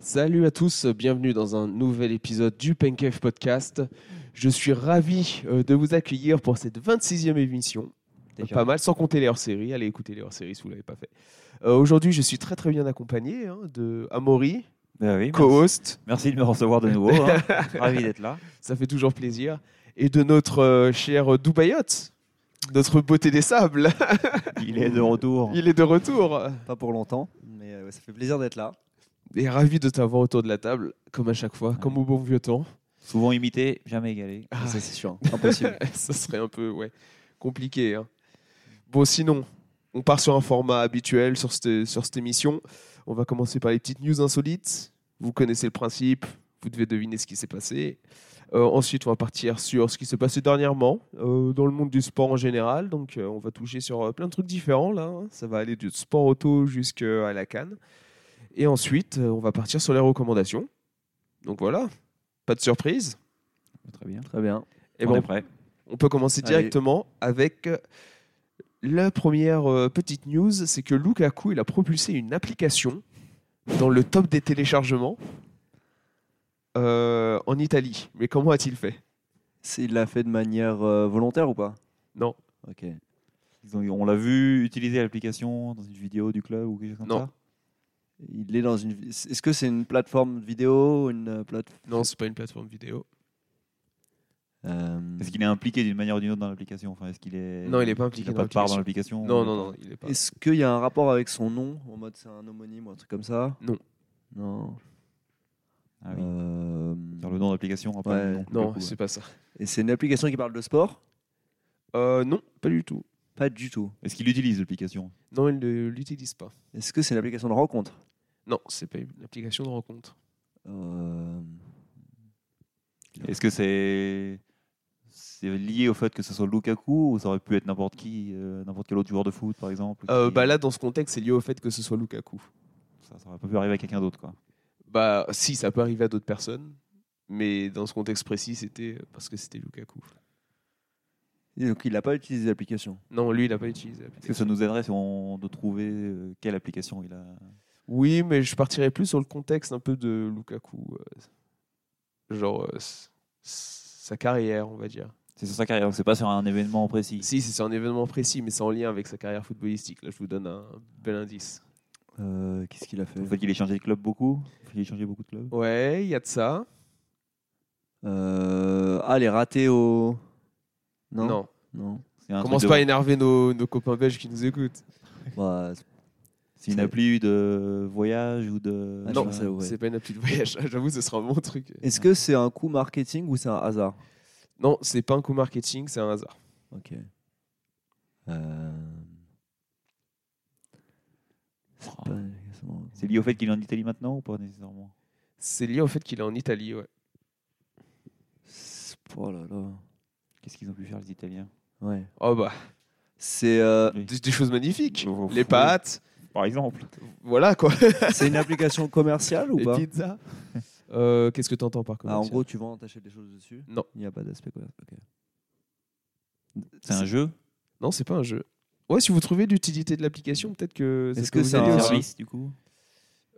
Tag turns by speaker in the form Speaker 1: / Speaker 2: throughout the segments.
Speaker 1: Salut à tous, bienvenue dans un nouvel épisode du Pencave Podcast. Je suis ravi euh, de vous accueillir pour cette 26e émission.
Speaker 2: Déjà.
Speaker 1: Pas mal, sans compter les hors-séries. Allez écouter les hors-séries si vous ne l'avez pas fait. Euh, Aujourd'hui, je suis très très bien accompagné hein, de Amaury,
Speaker 2: Ben oui, merci.
Speaker 1: co-host.
Speaker 2: Merci de me recevoir de nouveau. hein. Ravi d'être là.
Speaker 1: Ça fait toujours plaisir. Et de notre euh, cher Dubaïote, notre beauté des sables.
Speaker 2: Il est de retour.
Speaker 1: Il est de retour.
Speaker 3: Pas pour longtemps, mais euh, ouais, ça fait plaisir d'être là.
Speaker 1: Et ravi de t'avoir autour de la table, comme à chaque fois, comme au bon vieux temps.
Speaker 2: Souvent imité, jamais égalé.
Speaker 1: Ah,
Speaker 3: Ça, c'est sûr, impossible.
Speaker 1: ça serait un peu ouais, compliqué. hein. Bon, sinon, on part sur un format habituel sur cette, sur cette émission. On va commencer par les petites news insolites. Vous connaissez le principe, vous devez deviner ce qui s'est passé. Euh, ensuite, on va partir sur ce qui s'est passé dernièrement euh, dans le monde du sport en général. Donc, euh, on va toucher sur euh, plein de trucs différents là. hein. Ça va aller du sport auto jusqu'à la canne. Et ensuite, euh, on va partir sur les recommandations. Donc voilà, pas de surprise.
Speaker 2: Très bien.
Speaker 3: Très bien.
Speaker 1: Et ben,
Speaker 2: on est prêt.
Speaker 1: on peut commencer
Speaker 3: Allez.
Speaker 1: directement avec euh, la première euh, petite news, c'est que Lukaku il a propulsé une application dans le top des téléchargements euh, en Italie. Mais comment a-t-il fait
Speaker 3: C'est- Il l'a fait de manière euh, volontaire ou pas
Speaker 1: Non.
Speaker 3: Ok.
Speaker 2: Ils ont- on l'a vu utiliser l'application dans une vidéo du club ou quelque chose comme
Speaker 1: Non.
Speaker 2: ça
Speaker 3: Il est dans une. vi- Est-ce que c'est une plateforme vidéo une euh, plate...
Speaker 1: Non, c'est pas une plateforme vidéo.
Speaker 3: euh,
Speaker 2: Est-ce qu'il est impliqué d'une manière ou d'une autre dans l'application enfin, est-ce qu'il est...
Speaker 1: Non, il n'est pas
Speaker 2: il
Speaker 1: impliqué
Speaker 2: a
Speaker 1: dans
Speaker 2: pas de part dans
Speaker 1: l'application. Non,
Speaker 2: l'application
Speaker 1: non, non, il est pas.
Speaker 3: Est-ce qu'il y a un rapport avec son nom En mode c'est un homonyme ou un truc comme ça
Speaker 1: Non.
Speaker 3: Non.
Speaker 2: Ah oui.
Speaker 3: Euh,
Speaker 2: Dans le nom de l'application, on rappelle
Speaker 3: Ouais.
Speaker 2: le nom,
Speaker 1: Non,
Speaker 2: du coup,
Speaker 1: c'est pas ça.
Speaker 3: Et c'est une application qui parle de sport
Speaker 1: Euh, non, pas du tout.
Speaker 3: Pas du tout.
Speaker 2: ouais. Est-ce qu'il utilise l'application
Speaker 1: Non, il ne l'utilise pas.
Speaker 3: Est-ce que c'est une application de rencontre
Speaker 1: Non, c'est pas une application de rencontre.
Speaker 3: Euh,
Speaker 2: Est-ce que c'est c'est lié au fait que ce soit Lukaku ou ça aurait pu être n'importe qui, euh, n'importe quel autre joueur de foot par exemple
Speaker 1: Euh,
Speaker 2: qui-
Speaker 1: bah là, dans ce contexte, c'est lié au fait que ce soit Lukaku.
Speaker 2: ça, ça aurait pas pu arriver à quelqu'un d'autre quoi.
Speaker 1: Bah, si, ça peut arriver à d'autres personnes. Mais dans ce contexte précis, c'était parce que c'était Lukaku.
Speaker 3: et Donc il n'a pas utilisé l'application.
Speaker 1: Non, lui, il n'a pas utilisé
Speaker 2: Est-ce que
Speaker 1: l'application.
Speaker 2: ça nous aiderait si on de trouver euh, quelle application il a
Speaker 1: Oui, mais je partirais plus sur le contexte un peu de Lukaku. euh, genre, euh, s- s- sa carrière, on va dire.
Speaker 2: C'est sur sa carrière, donc c'est pas sur un événement précis.
Speaker 1: Si, c'est sur un événement précis, mais c'est en lien avec sa carrière footballistique. Là, je vous donne un bel indice.
Speaker 3: Euh, Qu'est-ce qu'il a fait
Speaker 2: Le fait qu'il ait changé de club beaucoup, il ait changé beaucoup de clubs.
Speaker 1: Ouais, il y a de ça.
Speaker 3: Euh... Ah, les ratés au. Non.
Speaker 1: Non.
Speaker 3: Non.
Speaker 2: C'est un
Speaker 1: Commence
Speaker 2: truc
Speaker 1: pas à
Speaker 2: de-
Speaker 1: énerver nos, nos copains belges qui nous écoutent.
Speaker 3: Bah, c'est-
Speaker 2: C'est une
Speaker 3: c'est-
Speaker 2: appli de voyage ou de.
Speaker 3: Ah, je
Speaker 1: non,
Speaker 3: pensais, ouais.
Speaker 1: C'est pas une appli de voyage. J'avoue, ce sera un bon truc.
Speaker 3: Est-ce que c'est un coup marketing ou c'est un hasard
Speaker 1: Non, c'est pas un coup marketing, c'est un hasard.
Speaker 3: Ok. Euh,
Speaker 2: Oh,
Speaker 3: pas exactement-
Speaker 2: C'est lié au fait qu'il est en Italie maintenant ou pas nécessairement
Speaker 1: C'est lié au fait qu'il est en Italie, ouais.
Speaker 3: C'est- Oh là là.
Speaker 2: Qu'est-ce qu'ils ont pu faire les Italiens
Speaker 3: Ouais.
Speaker 1: Oh bah,
Speaker 3: C'est euh,
Speaker 1: des, des choses magnifiques.
Speaker 2: Oh,
Speaker 1: Les
Speaker 2: fou.
Speaker 1: pâtes,
Speaker 2: Par exemple.
Speaker 1: voilà quoi.
Speaker 3: c'est une application commerciale ou pas
Speaker 1: pizzas. Euh, Qu'est-ce que t'entends par
Speaker 3: Ah,
Speaker 1: commercial
Speaker 3: En gros, tu vends, t'achètes des choses dessus
Speaker 1: Non.
Speaker 3: Il n'y a pas d'aspect commercial. Ok.
Speaker 2: C'est un jeu
Speaker 1: Non, c'est pas un jeu. Ouais, si vous trouvez l'utilité de l'application, peut-être que. ça
Speaker 3: Est-ce
Speaker 1: peut
Speaker 3: que
Speaker 1: vous
Speaker 2: C'est
Speaker 3: c'est un
Speaker 1: aider
Speaker 2: un
Speaker 1: aussi.
Speaker 2: service du coup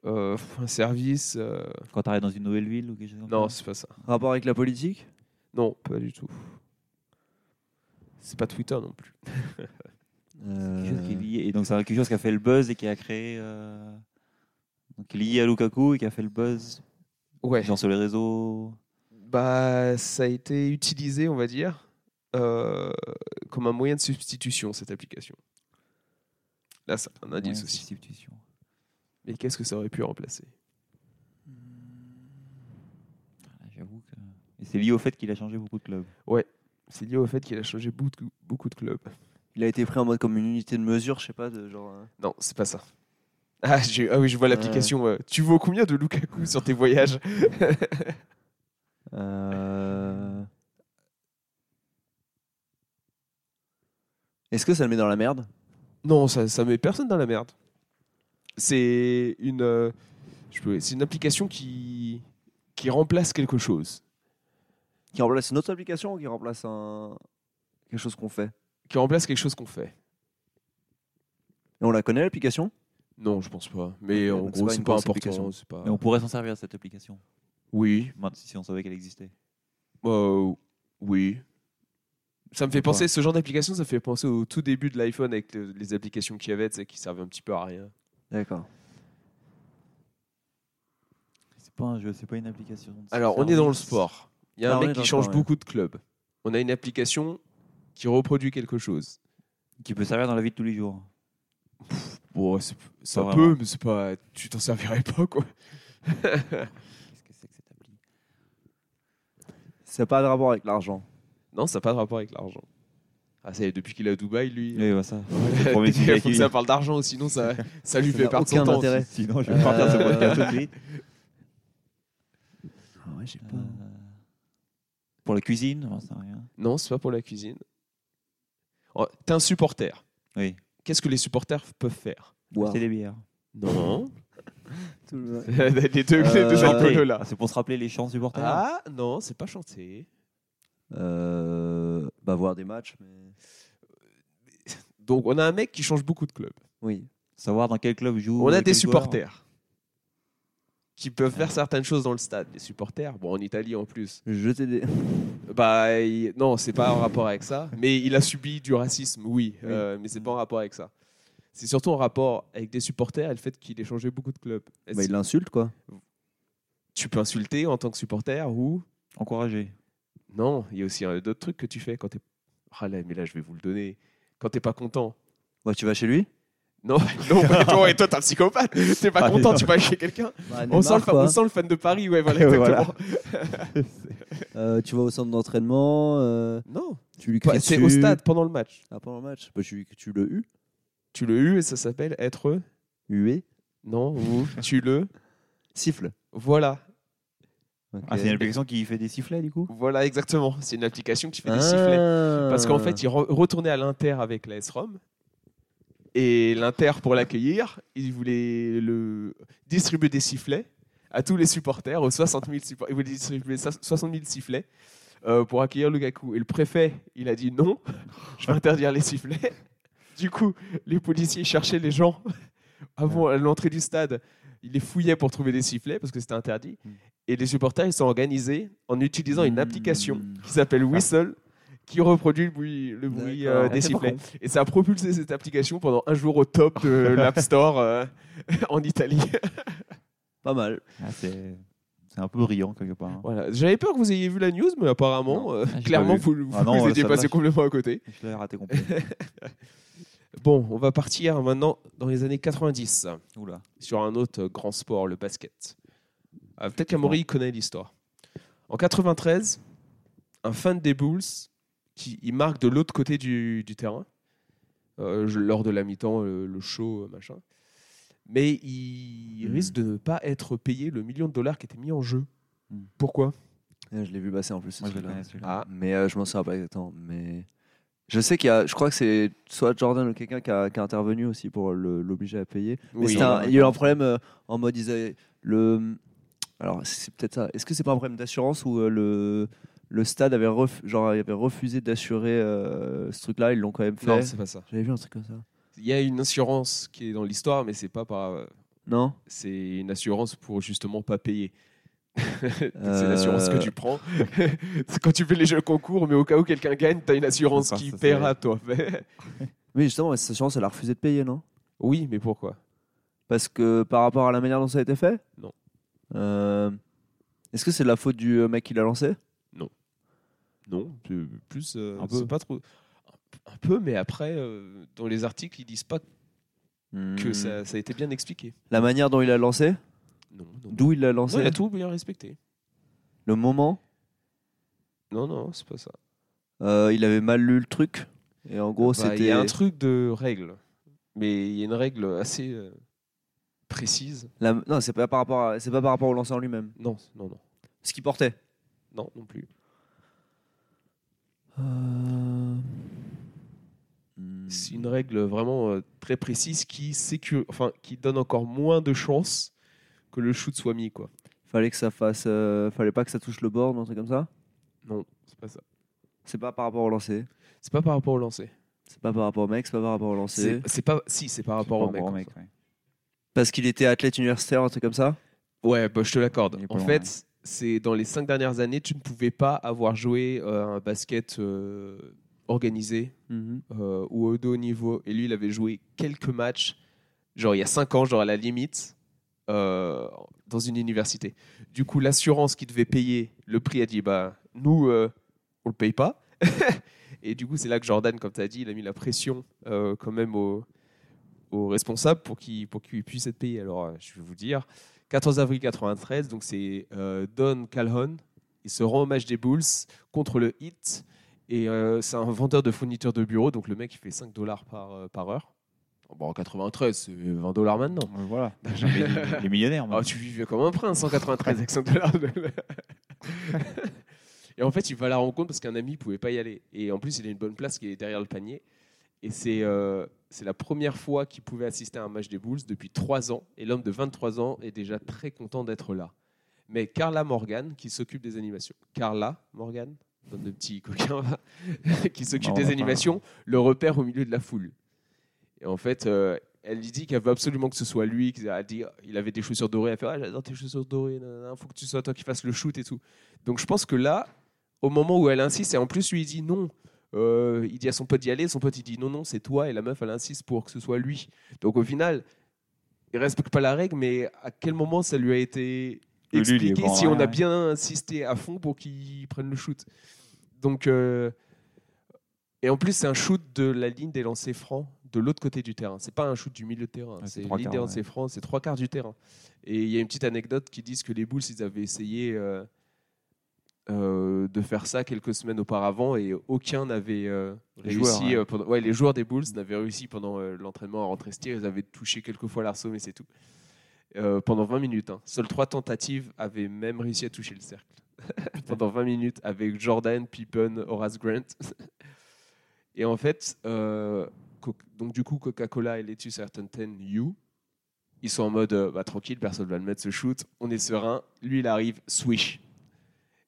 Speaker 1: Euh, pff, Un service. euh,
Speaker 2: Quand t'arrives dans une nouvelle ville ou quelque chose comme
Speaker 1: Non,
Speaker 2: ça
Speaker 1: c'est pas ça.
Speaker 3: Rapport avec la politique
Speaker 1: Non, pas du tout. C'est pas Twitter non plus.
Speaker 2: Quelque chose qui est
Speaker 3: Euh,
Speaker 2: lié. Et donc c'est quelque chose qui a fait le buzz et qui a créé. euh, Donc qui est lié à Lukaku et qui a fait le buzz
Speaker 1: Ouais.
Speaker 2: genre sur les réseaux.
Speaker 1: Bah, ça a été utilisé, on va dire, euh, comme un moyen de substitution, cette application. Là, c'est un indice
Speaker 2: Ouais,
Speaker 1: aussi.
Speaker 2: substitution.
Speaker 1: Mais qu'est-ce que ça aurait pu remplacer
Speaker 2: Ah, J'avoue que. Et c'est lié au fait qu'il a changé beaucoup de clubs.
Speaker 1: C'est lié au fait qu'il a changé beaucoup de- beaucoup de clubs.
Speaker 3: Il a été pris en mode comme une unité de mesure, je sais pas, de genre. hein.
Speaker 1: Non, c'est pas ça. Ah, j'ai- ah oui, je vois l'application. euh, tu vaux combien de Lukaku sur tes voyages
Speaker 3: Euh, Est-ce que ça le met dans la merde
Speaker 1: Non, ça, ça met personne dans la merde. C'est une, euh, je peux- c'est une application qui, qui remplace quelque chose,
Speaker 3: Qui remplace une autre application ou qui remplace un... quelque chose qu'on fait
Speaker 1: qui remplace quelque chose qu'on fait.
Speaker 3: Et on la connaît l'application
Speaker 1: Non, je pense pas. Mais
Speaker 3: Ok,
Speaker 1: en
Speaker 3: donc c'est
Speaker 1: gros,
Speaker 3: pas
Speaker 1: c'est
Speaker 3: une
Speaker 1: pas,
Speaker 3: grosse
Speaker 1: important.
Speaker 3: application.
Speaker 1: c'est Pas...
Speaker 2: Mais on pourrait s'en servir cette application,
Speaker 1: Oui,
Speaker 2: Maintenant, si on savait qu'elle existait.
Speaker 1: euh, oui. Ça me fait
Speaker 2: Pourquoi
Speaker 1: penser, ce genre d'application, ça me fait penser au tout début de l'iPhone avec le- les applications qu'il y avait, tu sais, qui servaient un petit peu à rien.
Speaker 3: D'accord.
Speaker 2: C'est pas un jeu, c'est pas une application. c'est
Speaker 1: Alors,
Speaker 2: un
Speaker 1: on est dans le
Speaker 2: service.
Speaker 1: sport. Il y a
Speaker 3: Ah,
Speaker 1: un
Speaker 3: on est
Speaker 1: mec
Speaker 3: dans
Speaker 1: qui
Speaker 3: le
Speaker 1: change
Speaker 3: sport, ouais.
Speaker 1: beaucoup de clubs. On a une application qui reproduit quelque chose.
Speaker 2: Qui peut servir dans la vie de tous les jours.
Speaker 1: Bon, c'est- ça
Speaker 2: Pas
Speaker 1: peut,
Speaker 2: vraiment.
Speaker 1: mais c'est pas. Tu t'en servirais pas, quoi.
Speaker 2: Qu'est-ce que c'est que cette appli
Speaker 3: Ça n'a pas de rapport avec l'argent.
Speaker 1: Non, ça n'a pas de rapport avec l'argent. Ah, ça y est, depuis qu'il est à Dubaï, lui.
Speaker 2: Oui, bah ça.
Speaker 1: Dès
Speaker 2: Le premier
Speaker 1: qu'il-
Speaker 2: sujet
Speaker 1: faut que
Speaker 2: qui-
Speaker 1: ça parle d'argent, sinon ça, ça lui
Speaker 3: Ça
Speaker 1: fait
Speaker 3: n'a
Speaker 1: perdre son
Speaker 3: aucun
Speaker 1: temps.
Speaker 3: intérêt.
Speaker 2: Sinon, je vais partir ce
Speaker 3: Euh,
Speaker 2: podcast tout de suite.
Speaker 3: Ah ouais, j'ai
Speaker 2: Euh, Pour la cuisine, j'en sais rien.
Speaker 1: Non, c'est pas pour la cuisine. Oh, T'es un supporter.
Speaker 2: Oui.
Speaker 1: Qu'est-ce que les supporters peuvent faire
Speaker 2: C'est des bières.
Speaker 1: Non.
Speaker 3: Tout le-
Speaker 1: les deux, les deux
Speaker 3: Euh,
Speaker 1: alcoolos, là.
Speaker 2: Ah, c'est pour se rappeler les chants supporters.
Speaker 1: Ah non, c'est pas chanter.
Speaker 3: Euh, bah, voir des matchs, mais.
Speaker 1: Donc on a un mec qui change beaucoup de club.
Speaker 3: Oui.
Speaker 2: Savoir dans quel club joue.
Speaker 1: On a
Speaker 2: quel
Speaker 1: des
Speaker 2: joueur.
Speaker 1: supporters qui peuvent faire certaines choses dans le stade. Les supporters, bon en Italie en plus.
Speaker 3: Jeter des.
Speaker 1: Bah il- non, c'est pas en rapport avec ça. Mais il a subi du racisme, oui,
Speaker 3: Oui.
Speaker 1: euh, mais c'est pas en rapport avec ça. C'est surtout en rapport avec des supporters et le fait qu'il ait changé beaucoup de clubs. Est-ce
Speaker 3: Bah, il l'insulte, quoi.
Speaker 1: tu peux insulter en tant que supporter ou
Speaker 2: Encourager.
Speaker 1: non il y a aussi euh, d'autres trucs que tu fais quand t'es ah là mais là je vais vous le donner quand t'es pas content
Speaker 3: Bah, tu vas chez lui
Speaker 1: non non mais toi et toi t'es un psychopathe t'es pas
Speaker 2: Ah,
Speaker 1: content
Speaker 2: non.
Speaker 1: tu vas chez quelqu'un
Speaker 3: Bah,
Speaker 1: on, sent le fa- on sent le fan de Paris ouais voilà,
Speaker 2: Ouais, voilà.
Speaker 1: exactement.
Speaker 3: Euh, tu vas au centre d'entraînement, euh,
Speaker 1: non
Speaker 3: tu lui
Speaker 1: Pas-
Speaker 3: cries
Speaker 1: c'est
Speaker 3: dessus.
Speaker 1: au stade pendant le match
Speaker 3: Ah, pendant le match. Bah, tu, tu le hues.
Speaker 1: tu le hues et ça s'appelle être
Speaker 3: Huer.
Speaker 1: non ou tu le
Speaker 3: E, Siffle.
Speaker 1: voilà
Speaker 3: Ok.
Speaker 2: Ah, c'est une application qui fait des sifflets, du coup
Speaker 1: voilà exactement c'est une application qui fait des
Speaker 3: Ah.
Speaker 1: sifflets Parce qu'en fait, il re- retournait à l'Inter avec la S-ROM. Et l'Inter, pour l'accueillir, il voulait le... distribuer des sifflets à tous les supporters, aux 60 000 supporters. Il voulait distribuer so- 60 000 sifflets euh, pour accueillir Lukaku. Et le préfet, il a dit non, je vais interdire les sifflets. Du coup, les policiers cherchaient les gens avant à l'entrée du stade. Ils les fouillaient pour trouver des sifflets parce que c'était interdit. Et les supporters, ils sont organisés en utilisant une application
Speaker 2: Mmh.
Speaker 1: qui s'appelle Whistle, qui reproduit le bruit, le bruit euh,
Speaker 3: D'accord.
Speaker 1: des
Speaker 2: Ah, c'est pas
Speaker 1: sifflets. Et ça a propulsé cette application pendant un jour au top de l'App Store euh, en Italie.
Speaker 3: Pas mal.
Speaker 2: Ah, c'est c'est un peu brillant, quelque part. hein.
Speaker 1: Voilà. J'avais peur que vous ayez vu la news, mais apparemment,
Speaker 2: Non.
Speaker 1: euh,
Speaker 2: Ah, j'ai pas
Speaker 1: clairement,
Speaker 2: vu.
Speaker 1: vous, vous
Speaker 2: Ah non, ouais,
Speaker 1: étiez
Speaker 2: ça
Speaker 1: passé
Speaker 2: lâche.
Speaker 1: complètement à côté.
Speaker 2: Je l'ai raté complètement.
Speaker 1: Bon, on va partir maintenant dans les années 90
Speaker 2: Oula.
Speaker 1: sur un autre euh, grand sport, le basket. Euh, Peut-être qu'Amaury connaît l'histoire. En 93, un fan des Bulls qui il marque de l'autre côté du, du terrain euh, je- lors de la mi-temps, euh, le show, euh, machin. Mais il
Speaker 2: Hmm.
Speaker 1: risque de ne pas être payé le million de dollars qui était mis en jeu.
Speaker 2: Hmm.
Speaker 1: Pourquoi
Speaker 3: Euh, Je l'ai vu passer en plus. ce
Speaker 2: Moi, je le
Speaker 3: truc-là.
Speaker 2: connais, celui-là.
Speaker 1: Ah,
Speaker 3: Mais euh, je m'en souviens pas exactement. Mais je sais qu'il y a, je crois que c'est soit Jordan ou quelqu'un qui a, qui a intervenu aussi pour le- l'obliger à payer. Mais
Speaker 1: Oui.
Speaker 3: c'est un- il y a eu un problème euh, en mode ils avaient- le. Alors c'est peut-être ça. Est-ce que c'est pas un problème d'assurance où euh, le le stade avait ref- genre il avait refusé d'assurer euh, ce truc-là, ils l'ont quand même
Speaker 1: non,
Speaker 3: fait.
Speaker 1: c'est pas ça.
Speaker 3: J'avais vu un truc comme ça.
Speaker 1: Il y a une assurance qui est dans l'histoire, mais c'est pas par.
Speaker 3: Non.
Speaker 1: C'est une assurance pour justement pas payer. C'est
Speaker 3: Euh,
Speaker 1: l'assurance que tu prends. c'est quand tu fais les jeux concours, mais au cas où quelqu'un gagne, tu as une assurance
Speaker 2: Enfin,
Speaker 1: qui
Speaker 2: ça, c'est-
Speaker 1: paiera, toi.
Speaker 3: Oui, justement, mais cette assurance elle a refusé de payer, non
Speaker 1: oui, mais pourquoi
Speaker 3: Parce que par rapport à la manière dont ça a été fait
Speaker 1: Non.
Speaker 3: Euh, Est-ce que c'est de la faute du euh, mec qui l'a lancé
Speaker 1: Non, c'est plus. euh,
Speaker 2: Un peu.
Speaker 1: c'est pas trop. Un peu, mais après, euh, dans les articles, ils disent pas que
Speaker 3: Hmm.
Speaker 1: ça, ça a été bien expliqué.
Speaker 3: La manière dont il a lancé
Speaker 1: Non, non.
Speaker 3: D'où il l'a
Speaker 1: Non,
Speaker 3: lancé
Speaker 1: il a tout bien respecté.
Speaker 3: Le moment
Speaker 1: Non, non, c'est pas ça.
Speaker 3: euh, Il avait mal lu le truc Et en gros,
Speaker 1: Bah, Il y
Speaker 3: c'était
Speaker 1: a un truc de règle, mais il y a une règle assez euh, précise.
Speaker 3: la- Non, c'est pas par rapport à... c'est pas par rapport au lancer en lui-même.
Speaker 1: Non, non, non.
Speaker 3: Ce qu'il portait.
Speaker 1: Non, non plus. Euh.
Speaker 3: Hmm.
Speaker 1: C'est une règle vraiment euh, très précise qui, sécu- enfin, qui donne encore moins de chances que le shoot soit mis. Quoi.
Speaker 3: Fallait que ça fasse, euh, fallait pas que ça touche le bord, un truc comme ça.
Speaker 1: Non, c'est pas ça.
Speaker 3: C'est pas par rapport au lancer.
Speaker 1: C'est pas par rapport au lancer.
Speaker 3: C'est pas par rapport au mec. C'est pas par rapport au lancer.
Speaker 1: C'est c'est pas... Si, c'est par rapport au
Speaker 2: Par
Speaker 1: mec.
Speaker 2: rapport
Speaker 1: en
Speaker 2: mec, hein,
Speaker 1: fait.
Speaker 2: ouais.
Speaker 3: Parce qu'il était athlète universitaire, un truc comme ça
Speaker 1: Ouais, bah, je te l'accorde.
Speaker 2: Il est pas
Speaker 1: En
Speaker 2: loin,
Speaker 1: fait,
Speaker 2: ouais.
Speaker 1: c'est dans les cinq dernières années, tu ne pouvais pas avoir joué euh, un basket euh, organisé
Speaker 3: Hmm.
Speaker 1: euh, ou au haut niveau. Et lui, il avait joué quelques matchs, genre il y a cinq ans, genre à la limite, euh, dans une université. Du coup, l'assurance qui devait payer le prix a dit bah, nous, euh, on le paye pas. Et du coup, c'est là que Jordan, comme tu as dit, il a mis la pression euh, quand même aux aux responsables pour qu'ils pour qu'ils puissent être payés. Alors, euh, je vais vous dire, 14 avril 93, donc c'est euh, Don Calhoun. Il se rend au match des Bulls contre le Heat. Et euh, c'est un vendeur de fournitures de bureau, donc le mec il fait 5 dollars par, euh, par heure. Bon, en 93, c'est 20 dollars maintenant.
Speaker 2: Voilà. Il est millionnaire. moi.
Speaker 1: Ah, tu vivais comme un prince en 93 avec 5 dollars. et en fait, il va à la rencontre parce qu'un ami ne pouvait pas y aller. Et en plus, il a une bonne place qui est derrière le panier. Et c'est euh, c'est la première fois qu'il pouvait assister à un match des Bulls depuis 3 ans. Et l'homme de 23 ans est déjà très content d'être là. Mais Carla Morgan, qui s'occupe des animations, Carla Morgan, dans de petits coquins, là, qui s'occupe
Speaker 2: Non, on
Speaker 1: des
Speaker 2: va pas-
Speaker 1: animations, le repère au milieu de la foule. Et en fait, euh, elle lui dit qu'elle veut absolument que ce soit lui. qu'il a dit, il avait des chaussures dorées. Elle fait Ah, J'adore tes chaussures dorées. Il faut que tu sois toi qui fasse le shoot et tout. Donc je pense que là, au moment où elle insiste, et en plus lui il dit non. euh, il dit à son pote d'y aller, son pote il dit non, non, c'est toi, et la meuf elle insiste pour que ce soit lui. Donc au final, il respecte pas la règle, mais à quel moment ça lui a été
Speaker 2: Lui, il est
Speaker 1: expliqué
Speaker 2: bon,
Speaker 1: si
Speaker 2: ouais,
Speaker 1: on a
Speaker 2: ouais.
Speaker 1: bien insisté à fond pour qu'il prenne le shoot Donc, euh, et en plus, c'est un shoot de la ligne des lancers francs de l'autre côté du terrain. C'est pas un shoot du milieu de terrain,
Speaker 2: Ouais, c'est
Speaker 1: c'est
Speaker 2: trois
Speaker 1: ligne des
Speaker 2: quarts,
Speaker 1: lancers francs, c'est trois quarts du terrain. Et il y a une petite anecdote qui dit que les Bulls, ils avaient essayé euh, euh, de faire ça quelques semaines auparavant et aucun n'avait euh,
Speaker 2: Les
Speaker 1: réussi.
Speaker 2: joueurs, ouais.
Speaker 1: euh, pendant- ouais, les joueurs des Bulls n'avaient réussi pendant euh, l'entraînement à rentrer ce tir. Ils avaient touché quelques fois l'arceau, mais c'est tout. Euh, pendant 20 minutes. hein. Seules trois tentatives avaient même réussi à toucher le cercle. pendant 20 minutes avec Jordan, Pippen, Horace Grant. et en fait, euh, Co- donc du coup, Coca-Cola et Letus Ayrton 10 You, ils sont en mode euh, bah, tranquille, personne va le mettre ce shoot, on est serein. Lui, il arrive, swish.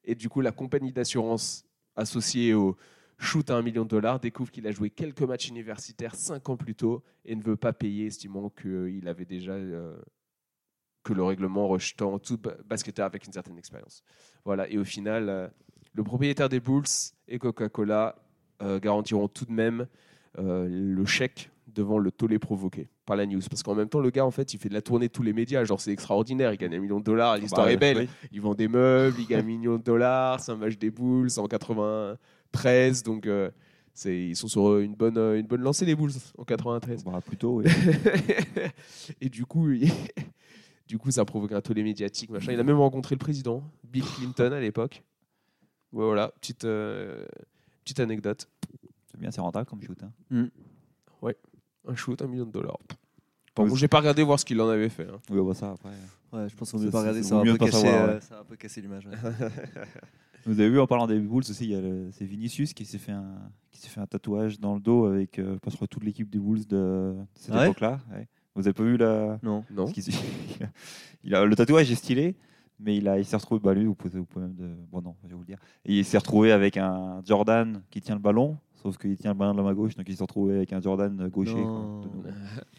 Speaker 1: Et du coup, la compagnie d'assurance associée au shoot à un million de dollars découvre qu'il a joué quelques matchs universitaires cinq ans plus tôt et ne veut pas payer, estimant qu'il avait déjà euh, que le règlement rejetant tout ba- basketteur avec une certaine expérience. Voilà. Et au final, euh, le propriétaire des Bulls et Coca-Cola euh, garantiront tout de même euh, le chèque devant le tollé provoqué par la news. Parce qu'en même temps, le gars, en fait, il fait de la tournée de tous les médias. Genre, c'est extraordinaire. Il gagne un million de dollars. L'histoire
Speaker 2: Bah,
Speaker 1: est belle.
Speaker 2: oui.
Speaker 1: Ils vendent des meubles, ils gagnent un million de dollars, c'est un match des Bulls en 93, donc euh, c'est- ils sont sur euh, une bonne, euh, une bonne lancée les Bulls en 93.
Speaker 2: Bah, plutôt, oui.
Speaker 1: Et du coup, il- du coup, ça provoque un tollé médiatique, machin. Il a même rencontré le président, Bill Clinton à l'époque. Ouais, Voilà, petite, euh, petite anecdote.
Speaker 2: C'est bien, c'est rentable comme shoot. hein.
Speaker 1: Un shoot, un million de dollars. Par
Speaker 2: Oui.
Speaker 1: contre, j'ai pas regardé voir ce qu'il en avait fait. hein.
Speaker 2: Oui, bah, ça, après.
Speaker 3: Ouais, je pense qu'on
Speaker 2: Ça,
Speaker 3: ne peut pas
Speaker 2: c'est-
Speaker 3: regarder,
Speaker 2: c'est
Speaker 3: ça va
Speaker 2: mieux
Speaker 3: un
Speaker 2: de
Speaker 3: peu
Speaker 2: pas
Speaker 3: casser,
Speaker 2: savoir,
Speaker 3: euh,
Speaker 2: ouais.
Speaker 3: ça va un peu casser l'image. ouais.
Speaker 2: Vous avez vu en parlant des Bulls aussi, il y a le- c'est Vinicius qui s'est fait un qui s'est fait un tatouage dans le dos avec euh, je pense, je crois, toute l'équipe des Bulls de cette
Speaker 3: Ah ouais
Speaker 2: époque-là. ouais. Vous avez pas vu la
Speaker 3: Non.
Speaker 1: Non
Speaker 2: ce qu'il- il a- le tatouage est stylé, mais il a il s'est retrouvé bah lui vous pouvez, vous pouvez même de- bon non je vais vous le dire. Et il s'est retrouvé avec un Jordan qui tient le ballon, sauf qu'il tient le ballon de la main gauche, donc il s'est retrouvé avec un Jordan gaucher. quoi,
Speaker 3: Non.
Speaker 2: de nouveau.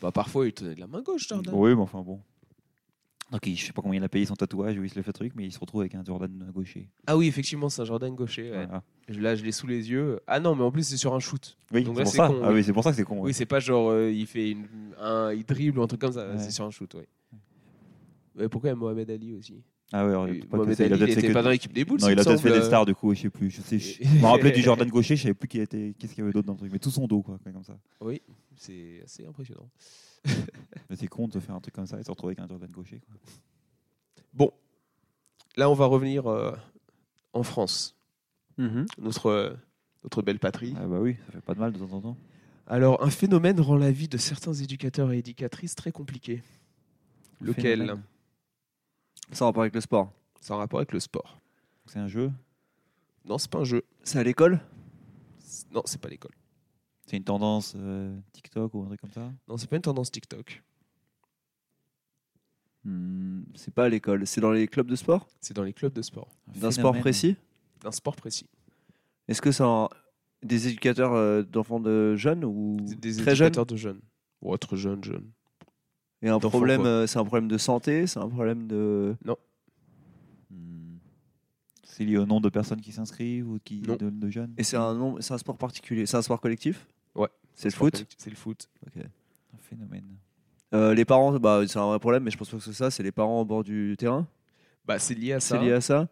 Speaker 1: bah, Parfois, il tenait de la main gauche, Jordan.
Speaker 2: Oui, mais enfin bon. Donc il- je sais pas combien il a payé son tatouage ou il se le fait truc, mais il se retrouve avec un Jordan gaucher.
Speaker 1: Ah oui, effectivement, c'est un Jordan gaucher. ouais.
Speaker 2: Voilà.
Speaker 1: Je- Là, je l'ai sous les yeux. Ah non, mais en plus, c'est sur un shoot.
Speaker 2: Oui,
Speaker 1: Donc
Speaker 2: c'est
Speaker 1: là,
Speaker 2: pour
Speaker 1: bah, c'est
Speaker 2: ça.
Speaker 1: con,
Speaker 2: ah
Speaker 1: oui.
Speaker 2: oui, c'est pour ça que c'est con. ouais.
Speaker 1: Oui, c'est pas genre euh, il fait une- un, il dribble ou un truc comme ça.
Speaker 2: Ouais.
Speaker 1: C'est sur un shoot, oui. Ouais, pourquoi il y a Mohamed Ali aussi
Speaker 2: Ah ouais, alors,
Speaker 1: Et
Speaker 2: peut pas
Speaker 1: Mohamed
Speaker 2: que ça,
Speaker 1: Ali,
Speaker 2: a
Speaker 1: il
Speaker 2: peut-être fait
Speaker 1: n'était
Speaker 2: que-
Speaker 1: pas dans l'équipe des Bulls.
Speaker 2: Non,
Speaker 1: il
Speaker 2: il a
Speaker 1: me
Speaker 2: peut-être fait
Speaker 1: semble.
Speaker 2: des stars du coup, je sais plus. Je, sais, je- je me rappelais du Jordan gaucher, je savais plus qui était, qu'est-ce qu'il y avait d'autre dans le truc, mais tout son dos quoi, comme ça.
Speaker 1: C'est assez impressionnant.
Speaker 2: Mais c'est con de faire un truc comme ça et se retrouver avec un Jordan gaucher. Quoi.
Speaker 1: Bon, là, on va revenir euh, en France,
Speaker 3: Mhm.
Speaker 1: notre, euh, notre belle patrie.
Speaker 2: Ah bah oui, ça fait pas de mal de temps en temps.
Speaker 1: Alors, un phénomène rend la vie de certains éducateurs et éducatrices très compliquée. Lequel
Speaker 2: Phénomène.
Speaker 3: Ça en rapport avec le sport.
Speaker 1: C'est en rapport avec le sport.
Speaker 2: C'est un jeu,
Speaker 1: Non, c'est pas un jeu.
Speaker 3: C'est à l'école
Speaker 1: C'est- Non, c'est pas l'école.
Speaker 2: c'est une tendance euh, TikTok ou un truc comme ça.
Speaker 1: Non, c'est pas une tendance TikTok.
Speaker 3: Hmm, C'est pas à l'école, c'est dans les clubs de sport
Speaker 1: C'est dans les clubs de sport,
Speaker 2: Un
Speaker 3: D'un
Speaker 2: phénomène.
Speaker 3: sport précis
Speaker 1: d'un sport précis.
Speaker 3: Est-ce que c'est un- des éducateurs euh, d'enfants de jeunes ou
Speaker 1: Des, des
Speaker 3: très jeunes
Speaker 1: éducateurs de jeunes. Ou autres jeunes, jeunes.
Speaker 3: Et un
Speaker 1: D'enfant,
Speaker 3: problème,
Speaker 1: quoi.
Speaker 3: euh, c'est un problème de santé, c'est un problème de.
Speaker 2: Hmm. C'est lié au nombre de personnes qui s'inscrivent ou qui
Speaker 1: Non.
Speaker 2: de, de jeunes
Speaker 3: Et c'est un nom, c'est un sport particulier, c'est un sport collectif.
Speaker 1: Ouais.
Speaker 3: C'est le foot.
Speaker 1: C'est le foot.
Speaker 2: Un phénomène.
Speaker 3: Euh, les parents, bah, c'est un vrai problème, mais je pense pas que c'est ça. C'est les parents au bord du terrain.
Speaker 1: Bah, c'est lié à
Speaker 3: C'est
Speaker 1: ça.
Speaker 3: lié à ça.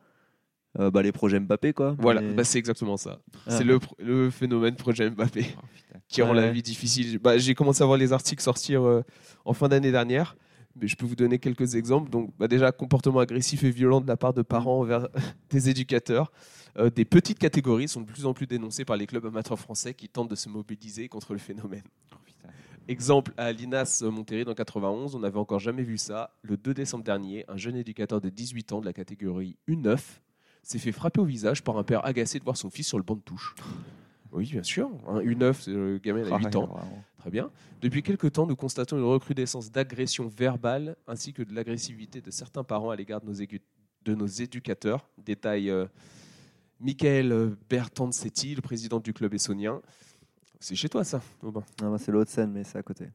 Speaker 3: Euh, bah, les projets Mbappé, quoi.
Speaker 1: Voilà,
Speaker 3: Mais-
Speaker 1: bah, c'est exactement ça.
Speaker 3: Ah.
Speaker 1: C'est le, pro- le phénomène projet Mbappé.
Speaker 2: Oh, putain.
Speaker 1: qui rend
Speaker 3: Ouais,
Speaker 1: la
Speaker 3: ouais.
Speaker 1: vie difficile. Bah, j'ai commencé à voir les articles sortir euh, en fin d'année dernière, mais je peux vous donner quelques exemples. Donc, bah, déjà, comportement agressif et violent de la part de
Speaker 3: Mm.
Speaker 1: parents envers des éducateurs. Euh, des petites catégories sont de plus en plus dénoncées par les clubs amateurs français qui tentent de se mobiliser contre le phénomène.
Speaker 2: Oh, putain.
Speaker 1: Exemple, à l'INAS Monterrey dans 91, on n'avait encore jamais vu ça. Le 2 décembre dernier, un jeune éducateur de 18 ans de la catégorie U9 s'est fait frapper au visage par un père agacé de voir son fils sur le banc de touche. Oui, bien sûr. hein, U9, c'est le gamin il a 8
Speaker 2: Ah,
Speaker 1: ans.
Speaker 2: vraiment.
Speaker 1: Très bien. Depuis quelques temps, nous constatons une recrudescence d'agressions verbales ainsi que de l'agressivité de certains parents à l'égard de, nos égu- de nos éducateurs. Détail euh, Michael euh, Bertancetti, le président du club essonien. C'est chez toi, ça, Aubin.
Speaker 3: Non, bah, c'est l'autre scène, mais c'est à côté.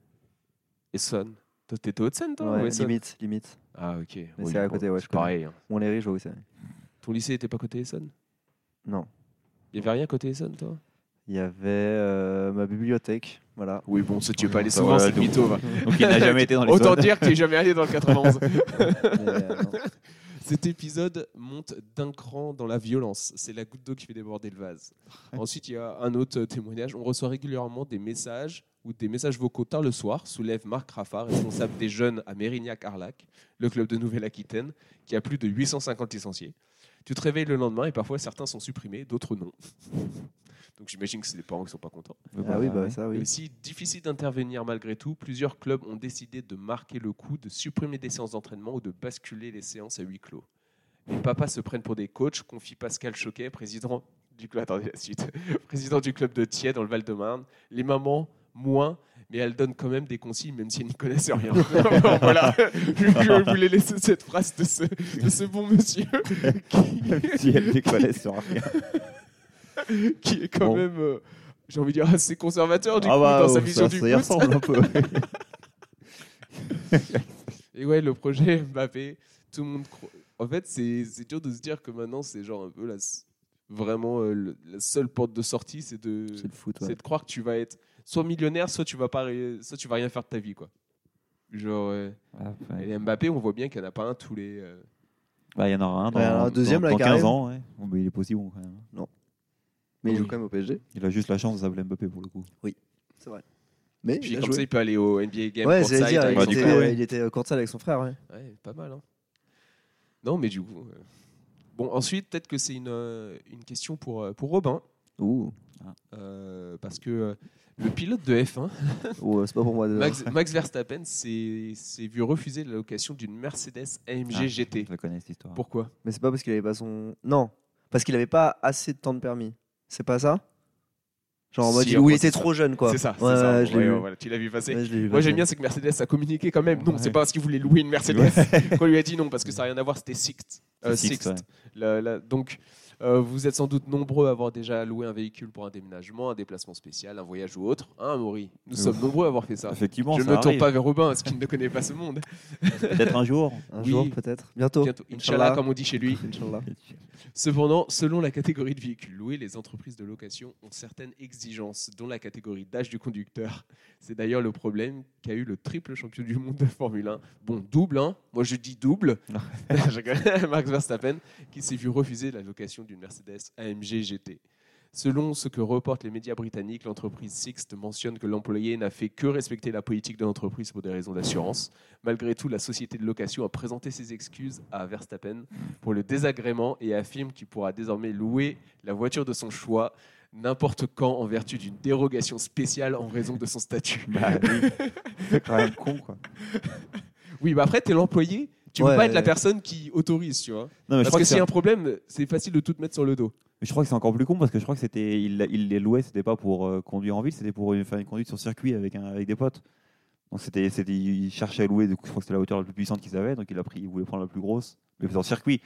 Speaker 1: Essonne. Toi, t'étais au Seine, toi
Speaker 3: Ouais,
Speaker 1: ou Essonne
Speaker 3: limite, limite.
Speaker 1: Ah, ok.
Speaker 3: Mais c'est à
Speaker 1: bon,
Speaker 3: côté, ouais, je
Speaker 1: c'est pareil. hein.
Speaker 3: On les riche, oui, c'est.
Speaker 1: Ton lycée était pas côté Essonne
Speaker 3: Non.
Speaker 1: Il n'y avait rien côté Essonne, toi
Speaker 3: Il y avait euh, ma bibliothèque, voilà.
Speaker 1: Oui, bon, si tu
Speaker 2: veux pas aller souvent, c'est le mytho,
Speaker 1: va.
Speaker 2: Donc il n'a jamais été dans les
Speaker 1: Autant
Speaker 2: zones.
Speaker 1: dire que tu jamais allé dans le 91.
Speaker 3: Et, euh, non.
Speaker 1: Ah Cet épisode monte d'un cran dans la violence. C'est la goutte d'eau qui fait déborder le vase. Ensuite, il y a un autre témoignage. On reçoit régulièrement des messages ou des messages vocaux tard le soir, soulève Marc Raffard, responsable des jeunes à Mérignac-Arlac, le club de Nouvelle-Aquitaine, qui a plus de 850 licenciés. Tu te réveilles le lendemain et parfois certains sont supprimés, d'autres non. Donc j'imagine que c'est les parents qui sont pas contents.
Speaker 3: Ah oui, bah ça,
Speaker 1: Mais
Speaker 3: oui.
Speaker 1: aussi difficile d'intervenir malgré tout, plusieurs clubs ont décidé de marquer le coup, de supprimer des séances d'entraînement ou de basculer les séances à huis clos. Les papas se prennent pour des coachs, confie Pascal Choquet, président du club, attendez la suite, président du club de Thiers dans le Val-de-Marne. Les mamans, moins, mais elles donnent quand même des consignes, même si elles n'y connaissent rien. voilà, je voulais laisser cette phrase de ce, de ce bon monsieur qui-
Speaker 2: bah Si elle décollait sur rien.
Speaker 1: qui est quand
Speaker 2: Bon.
Speaker 1: même, euh, j'ai envie de dire, assez conservateur du
Speaker 2: Ah
Speaker 1: coup,
Speaker 2: bah,
Speaker 1: dans sa
Speaker 2: oh,
Speaker 1: vision
Speaker 2: ça,
Speaker 1: du
Speaker 2: ça
Speaker 1: foot.
Speaker 2: y ressemble un peu.
Speaker 1: Et ouais, le projet Mbappé, tout le monde cro- En fait, c'est c'est dur de se dire que maintenant, c'est genre un peu la, s- vraiment euh, le- la seule porte de sortie, c'est de,
Speaker 3: C'est le foot, ouais.
Speaker 1: c'est de croire que tu vas être soit millionnaire, soit tu vas, pas, ré- soit tu vas rien faire de ta vie, quoi. Genre, euh,
Speaker 2: Ah, ouais.
Speaker 1: et Mbappé, on voit bien qu'il n'y en a pas un tous les. euh,
Speaker 2: Bah, il y en aura un dans,
Speaker 3: Ouais, alors,
Speaker 2: dans-
Speaker 3: deuxième, là,
Speaker 2: dans 15
Speaker 3: carrément.
Speaker 2: ans. ouais. Bon, mais il est possible quand même. hein.
Speaker 3: Mais il joue
Speaker 1: Oui.
Speaker 3: quand même au PSG.
Speaker 2: Il a juste la chance de s'appeler Mbappé pour le coup.
Speaker 3: Mais
Speaker 1: puis
Speaker 3: il a
Speaker 1: comme
Speaker 3: joué.
Speaker 1: ça, il peut aller au NBA Game.
Speaker 3: Ouais,
Speaker 1: courtside
Speaker 3: j'allais dire,
Speaker 1: avec
Speaker 3: il,
Speaker 2: Bah,
Speaker 1: son
Speaker 2: du
Speaker 3: était,
Speaker 2: coup,
Speaker 1: copain.
Speaker 2: ouais.
Speaker 3: il était, euh, courtside avec son frère. Ouais.
Speaker 1: Ouais, pas mal. hein. Non, mais du coup. euh, Bon, ensuite, peut-être que c'est une, euh, une question pour, euh, pour Robin.
Speaker 3: Ouh,
Speaker 1: euh, parce que euh, le pilote de F1,
Speaker 3: Ouh, euh, c'est pas pour moi. De...
Speaker 1: Max, Max Verstappen, s'est s'est vu refuser la location d'une Mercedes AMG
Speaker 2: Ah.
Speaker 1: GT.
Speaker 2: Je la connais cette histoire.
Speaker 1: Pourquoi
Speaker 3: Mais c'est pas parce qu'il avait pas son. Non, parce qu'il avait pas assez de temps de permis. C'est pas ça Genre en mode
Speaker 1: Si,
Speaker 3: où il
Speaker 1: ouais, c'est
Speaker 3: était trop jeune, quoi.
Speaker 1: C'est ça, c'est
Speaker 3: Ouais,
Speaker 1: ça.
Speaker 3: ouais,
Speaker 1: Bon,
Speaker 3: je l'ai
Speaker 1: ouais,
Speaker 3: vu.
Speaker 1: ouais, voilà, tu l'as vu passer.
Speaker 3: Ouais, je l'ai vu
Speaker 1: Moi j'aime
Speaker 3: passer.
Speaker 1: bien, c'est que Mercedes a communiqué quand même. Non,
Speaker 2: Ouais.
Speaker 1: c'est pas parce qu'il voulait louer une Mercedes qu'on lui a dit non, parce que ça n'a rien à voir, c'était Sixth. Euh,
Speaker 2: C'est Sixth,
Speaker 1: Sixth.
Speaker 2: ouais.
Speaker 1: La- la- donc, euh, vous êtes sans doute nombreux à avoir déjà loué un véhicule pour un déménagement, un déplacement spécial, un voyage ou autre. Hein, Maury Nous
Speaker 2: Ouf.
Speaker 1: sommes nombreux à avoir fait ça.
Speaker 2: Effectivement,
Speaker 1: je ne
Speaker 2: ça
Speaker 1: me tourne
Speaker 2: arrive.
Speaker 1: pas vers Robin, parce qu'il ne connaît pas ce monde.
Speaker 2: Peut-être un jour.
Speaker 3: Un
Speaker 1: Oui.
Speaker 3: jour, peut-être. Bientôt.
Speaker 1: Bientôt. Inch'Allah, comme on dit chez lui.
Speaker 3: Inch'Allah.
Speaker 1: Cependant, selon la catégorie de véhicules loués, les entreprises de location ont certaines exigences, dont la catégorie d'âge du conducteur. C'est d'ailleurs le problème qu'a eu le triple champion du monde de Formule 1. Bon, double, hein Moi, je dis double.
Speaker 2: Non.
Speaker 1: Je rigole. Max Verstappen, qui s'est vu refuser la location d'une Mercedes AMG GT. Selon ce que reportent les médias britanniques, l'entreprise Sixt mentionne que l'employé n'a fait que respecter la politique de l'entreprise pour des raisons d'assurance. Malgré tout, la société de location a présenté ses excuses à Verstappen pour le désagrément et affirme qu'il pourra désormais louer la voiture de son choix n'importe quand en vertu d'une dérogation spéciale en raison de son statut.
Speaker 2: Bah oui. C'est quand même con quoi.
Speaker 1: Oui, mais après, t'es l'employé, tu
Speaker 3: Ouais.
Speaker 1: peux pas être la personne qui autorise, tu vois.
Speaker 2: Non, mais je
Speaker 1: Parce
Speaker 2: crois
Speaker 1: que
Speaker 2: que
Speaker 1: s'il y
Speaker 2: c'est
Speaker 1: a un problème, c'est facile de tout te mettre sur le dos.
Speaker 2: je crois que c'est encore plus con parce que je crois que c'était il, il les louait, c'était pas pour euh, conduire en ville, c'était pour euh, faire une conduite sur circuit avec un, avec des potes. Donc c'était c'était il cherchait à louer, donc je crois que c'était la voiture la plus puissante qu'ils avaient, donc il a pris il voulait prendre la plus grosse mais sur circuit.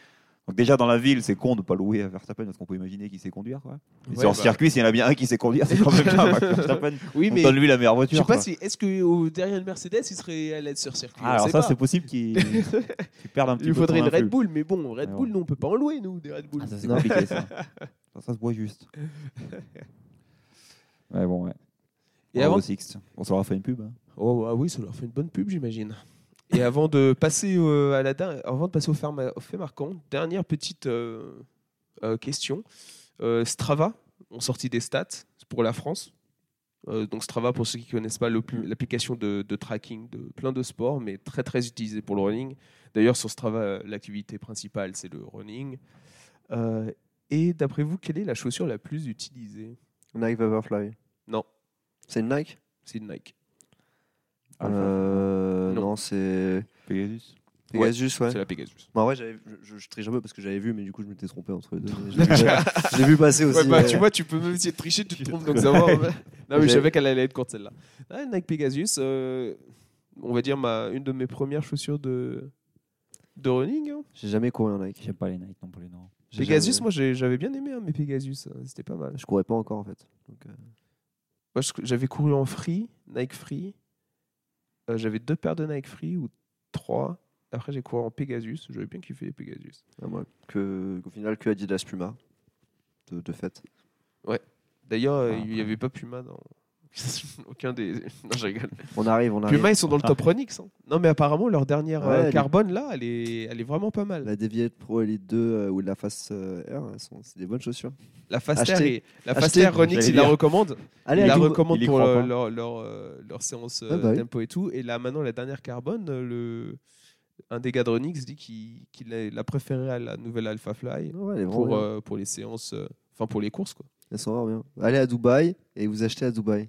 Speaker 2: Donc déjà dans la ville, c'est con de pas louer à Verstappen parce qu'on peut imaginer qu'il sait conduire. Quoi. Et
Speaker 1: Ouais,
Speaker 2: sur le
Speaker 1: bah.
Speaker 2: circuit, s'il y en a bien un qui sait conduire, c'est quand même pas Max Verstappen.
Speaker 1: Oui,
Speaker 2: On
Speaker 1: mais
Speaker 2: donne lui la meilleure
Speaker 1: je
Speaker 2: voiture.
Speaker 1: sais pas
Speaker 2: quoi.
Speaker 1: si. Est-ce que au- derrière une Mercedes, il serait à l'aide sur circuit
Speaker 2: Ah,
Speaker 1: On
Speaker 2: alors
Speaker 1: sait
Speaker 2: ça,
Speaker 1: pas.
Speaker 2: c'est possible qu'il qu'il perde un petit
Speaker 1: Il
Speaker 2: peu.
Speaker 1: faudrait
Speaker 2: son
Speaker 1: une Red
Speaker 2: influx.
Speaker 1: Bull, mais bon, Red
Speaker 2: Mais
Speaker 1: Bull, nous, on peut pas en louer, nous, des Red Bull.
Speaker 2: Ah, ça, c'est
Speaker 3: Non.
Speaker 2: compliqué, ça. ça. ça se boit juste. Ouais, bon, ouais.
Speaker 1: Et
Speaker 2: Bravo,
Speaker 1: avant-
Speaker 2: Sixte. On se leur a fait une pub. hein.
Speaker 1: Oh, ah oui, ça leur fait une bonne pub, j'imagine. Et avant de passer euh, à la der- avant de passer au fait, ma- au fait marquant, dernière petite euh, euh, question. Euh, Strava ont sorti des stats pour la France. Euh, donc Strava, pour ceux qui ne connaissent pas, l'op- l'application de, de tracking de plein de sports, mais très très utilisée pour le running. D'ailleurs, sur Strava, euh, l'activité principale, c'est le running. Euh, et d'après vous, quelle est la chaussure la plus utilisée
Speaker 3: Nike Vaporfly.
Speaker 1: Non.
Speaker 3: C'est une Nike
Speaker 1: C'est une Nike.
Speaker 2: Alpha,
Speaker 3: Euh,
Speaker 1: Non.
Speaker 3: Non, c'est
Speaker 2: Ah, Pegasus.
Speaker 3: Pegasus, ouais.
Speaker 1: C'est la Pegasus.
Speaker 3: Bah ouais, j'avais- je, je, je triche un peu parce que j'avais vu, mais du coup, je m'étais trompé entre les deux. J'ai vu, j'ai vu passer aussi.
Speaker 1: Ouais, bah,
Speaker 3: euh,
Speaker 1: tu vois, tu peux même essayer de tricher, tu te
Speaker 2: Je
Speaker 1: trompes,
Speaker 2: te-
Speaker 1: donc ça va. ouais. non, mais je
Speaker 3: J'ai-
Speaker 1: savais qu'elle allait être courte celle-là. Ah, Nike Pegasus, euh, on va dire ma, une de mes premières chaussures de, de running. hein.
Speaker 3: J'ai jamais couru en Nike.
Speaker 2: J'aime pas les Nike non plus, non.
Speaker 3: J'ai
Speaker 1: Pegasus,
Speaker 3: jamais-
Speaker 1: moi j'ai- j'avais bien aimé hein, mes Pegasus, hein, c'était pas mal.
Speaker 3: Je courais pas encore en fait. Donc, euh,
Speaker 1: Moi, je- j'avais couru en free, Nike Free. Euh, j'avais deux paires de Nike Free ou trois. Après, j'ai couru en Pegasus, j'avais bien kiffé les Pegasus.
Speaker 3: ah, moi, que, au final, que Adidas Puma. De, de fait.
Speaker 1: D'ailleurs, euh,
Speaker 2: Ah,
Speaker 1: il n'y
Speaker 2: après.
Speaker 1: avait pas Puma dans aucun des. Non, je rigole.
Speaker 3: On arrive, on arrive.
Speaker 1: Puma, ils sont dans le top Ronix. hein. Non, mais apparemment, leur dernière
Speaker 3: Ouais,
Speaker 1: euh,
Speaker 3: elle est-
Speaker 1: carbone, là, elle est, elle est vraiment pas mal.
Speaker 3: La Deviate Pro Elite 2 euh, ou la Face euh, R, elles sont- c'est des bonnes chaussures.
Speaker 1: La Faster,
Speaker 3: Achetez.
Speaker 1: est- la
Speaker 3: Achetez.
Speaker 1: Faster Ronix,
Speaker 2: J'allais
Speaker 1: il la
Speaker 2: dire.
Speaker 1: recommande.
Speaker 3: Allez,
Speaker 1: il la
Speaker 3: avec une-
Speaker 1: recommande
Speaker 2: Il y
Speaker 1: pour
Speaker 2: croit
Speaker 1: euh,
Speaker 2: pas.
Speaker 1: leur, leur, euh, leur séance
Speaker 3: Ah
Speaker 1: euh,
Speaker 3: bah oui.
Speaker 1: tempo et tout. Et là, maintenant, la dernière carbone, euh, le... un des gars de Ronix dit qu'il qu'il la- la préférée à la nouvelle Alpha Fly
Speaker 3: Ouais, elle est vraiment
Speaker 1: pour,
Speaker 3: bien.
Speaker 1: euh, pour les séances, euh, enfin pour les courses. Quoi.
Speaker 3: Elles sont vraiment bien. Allez à Dubaï et vous achetez à Dubaï.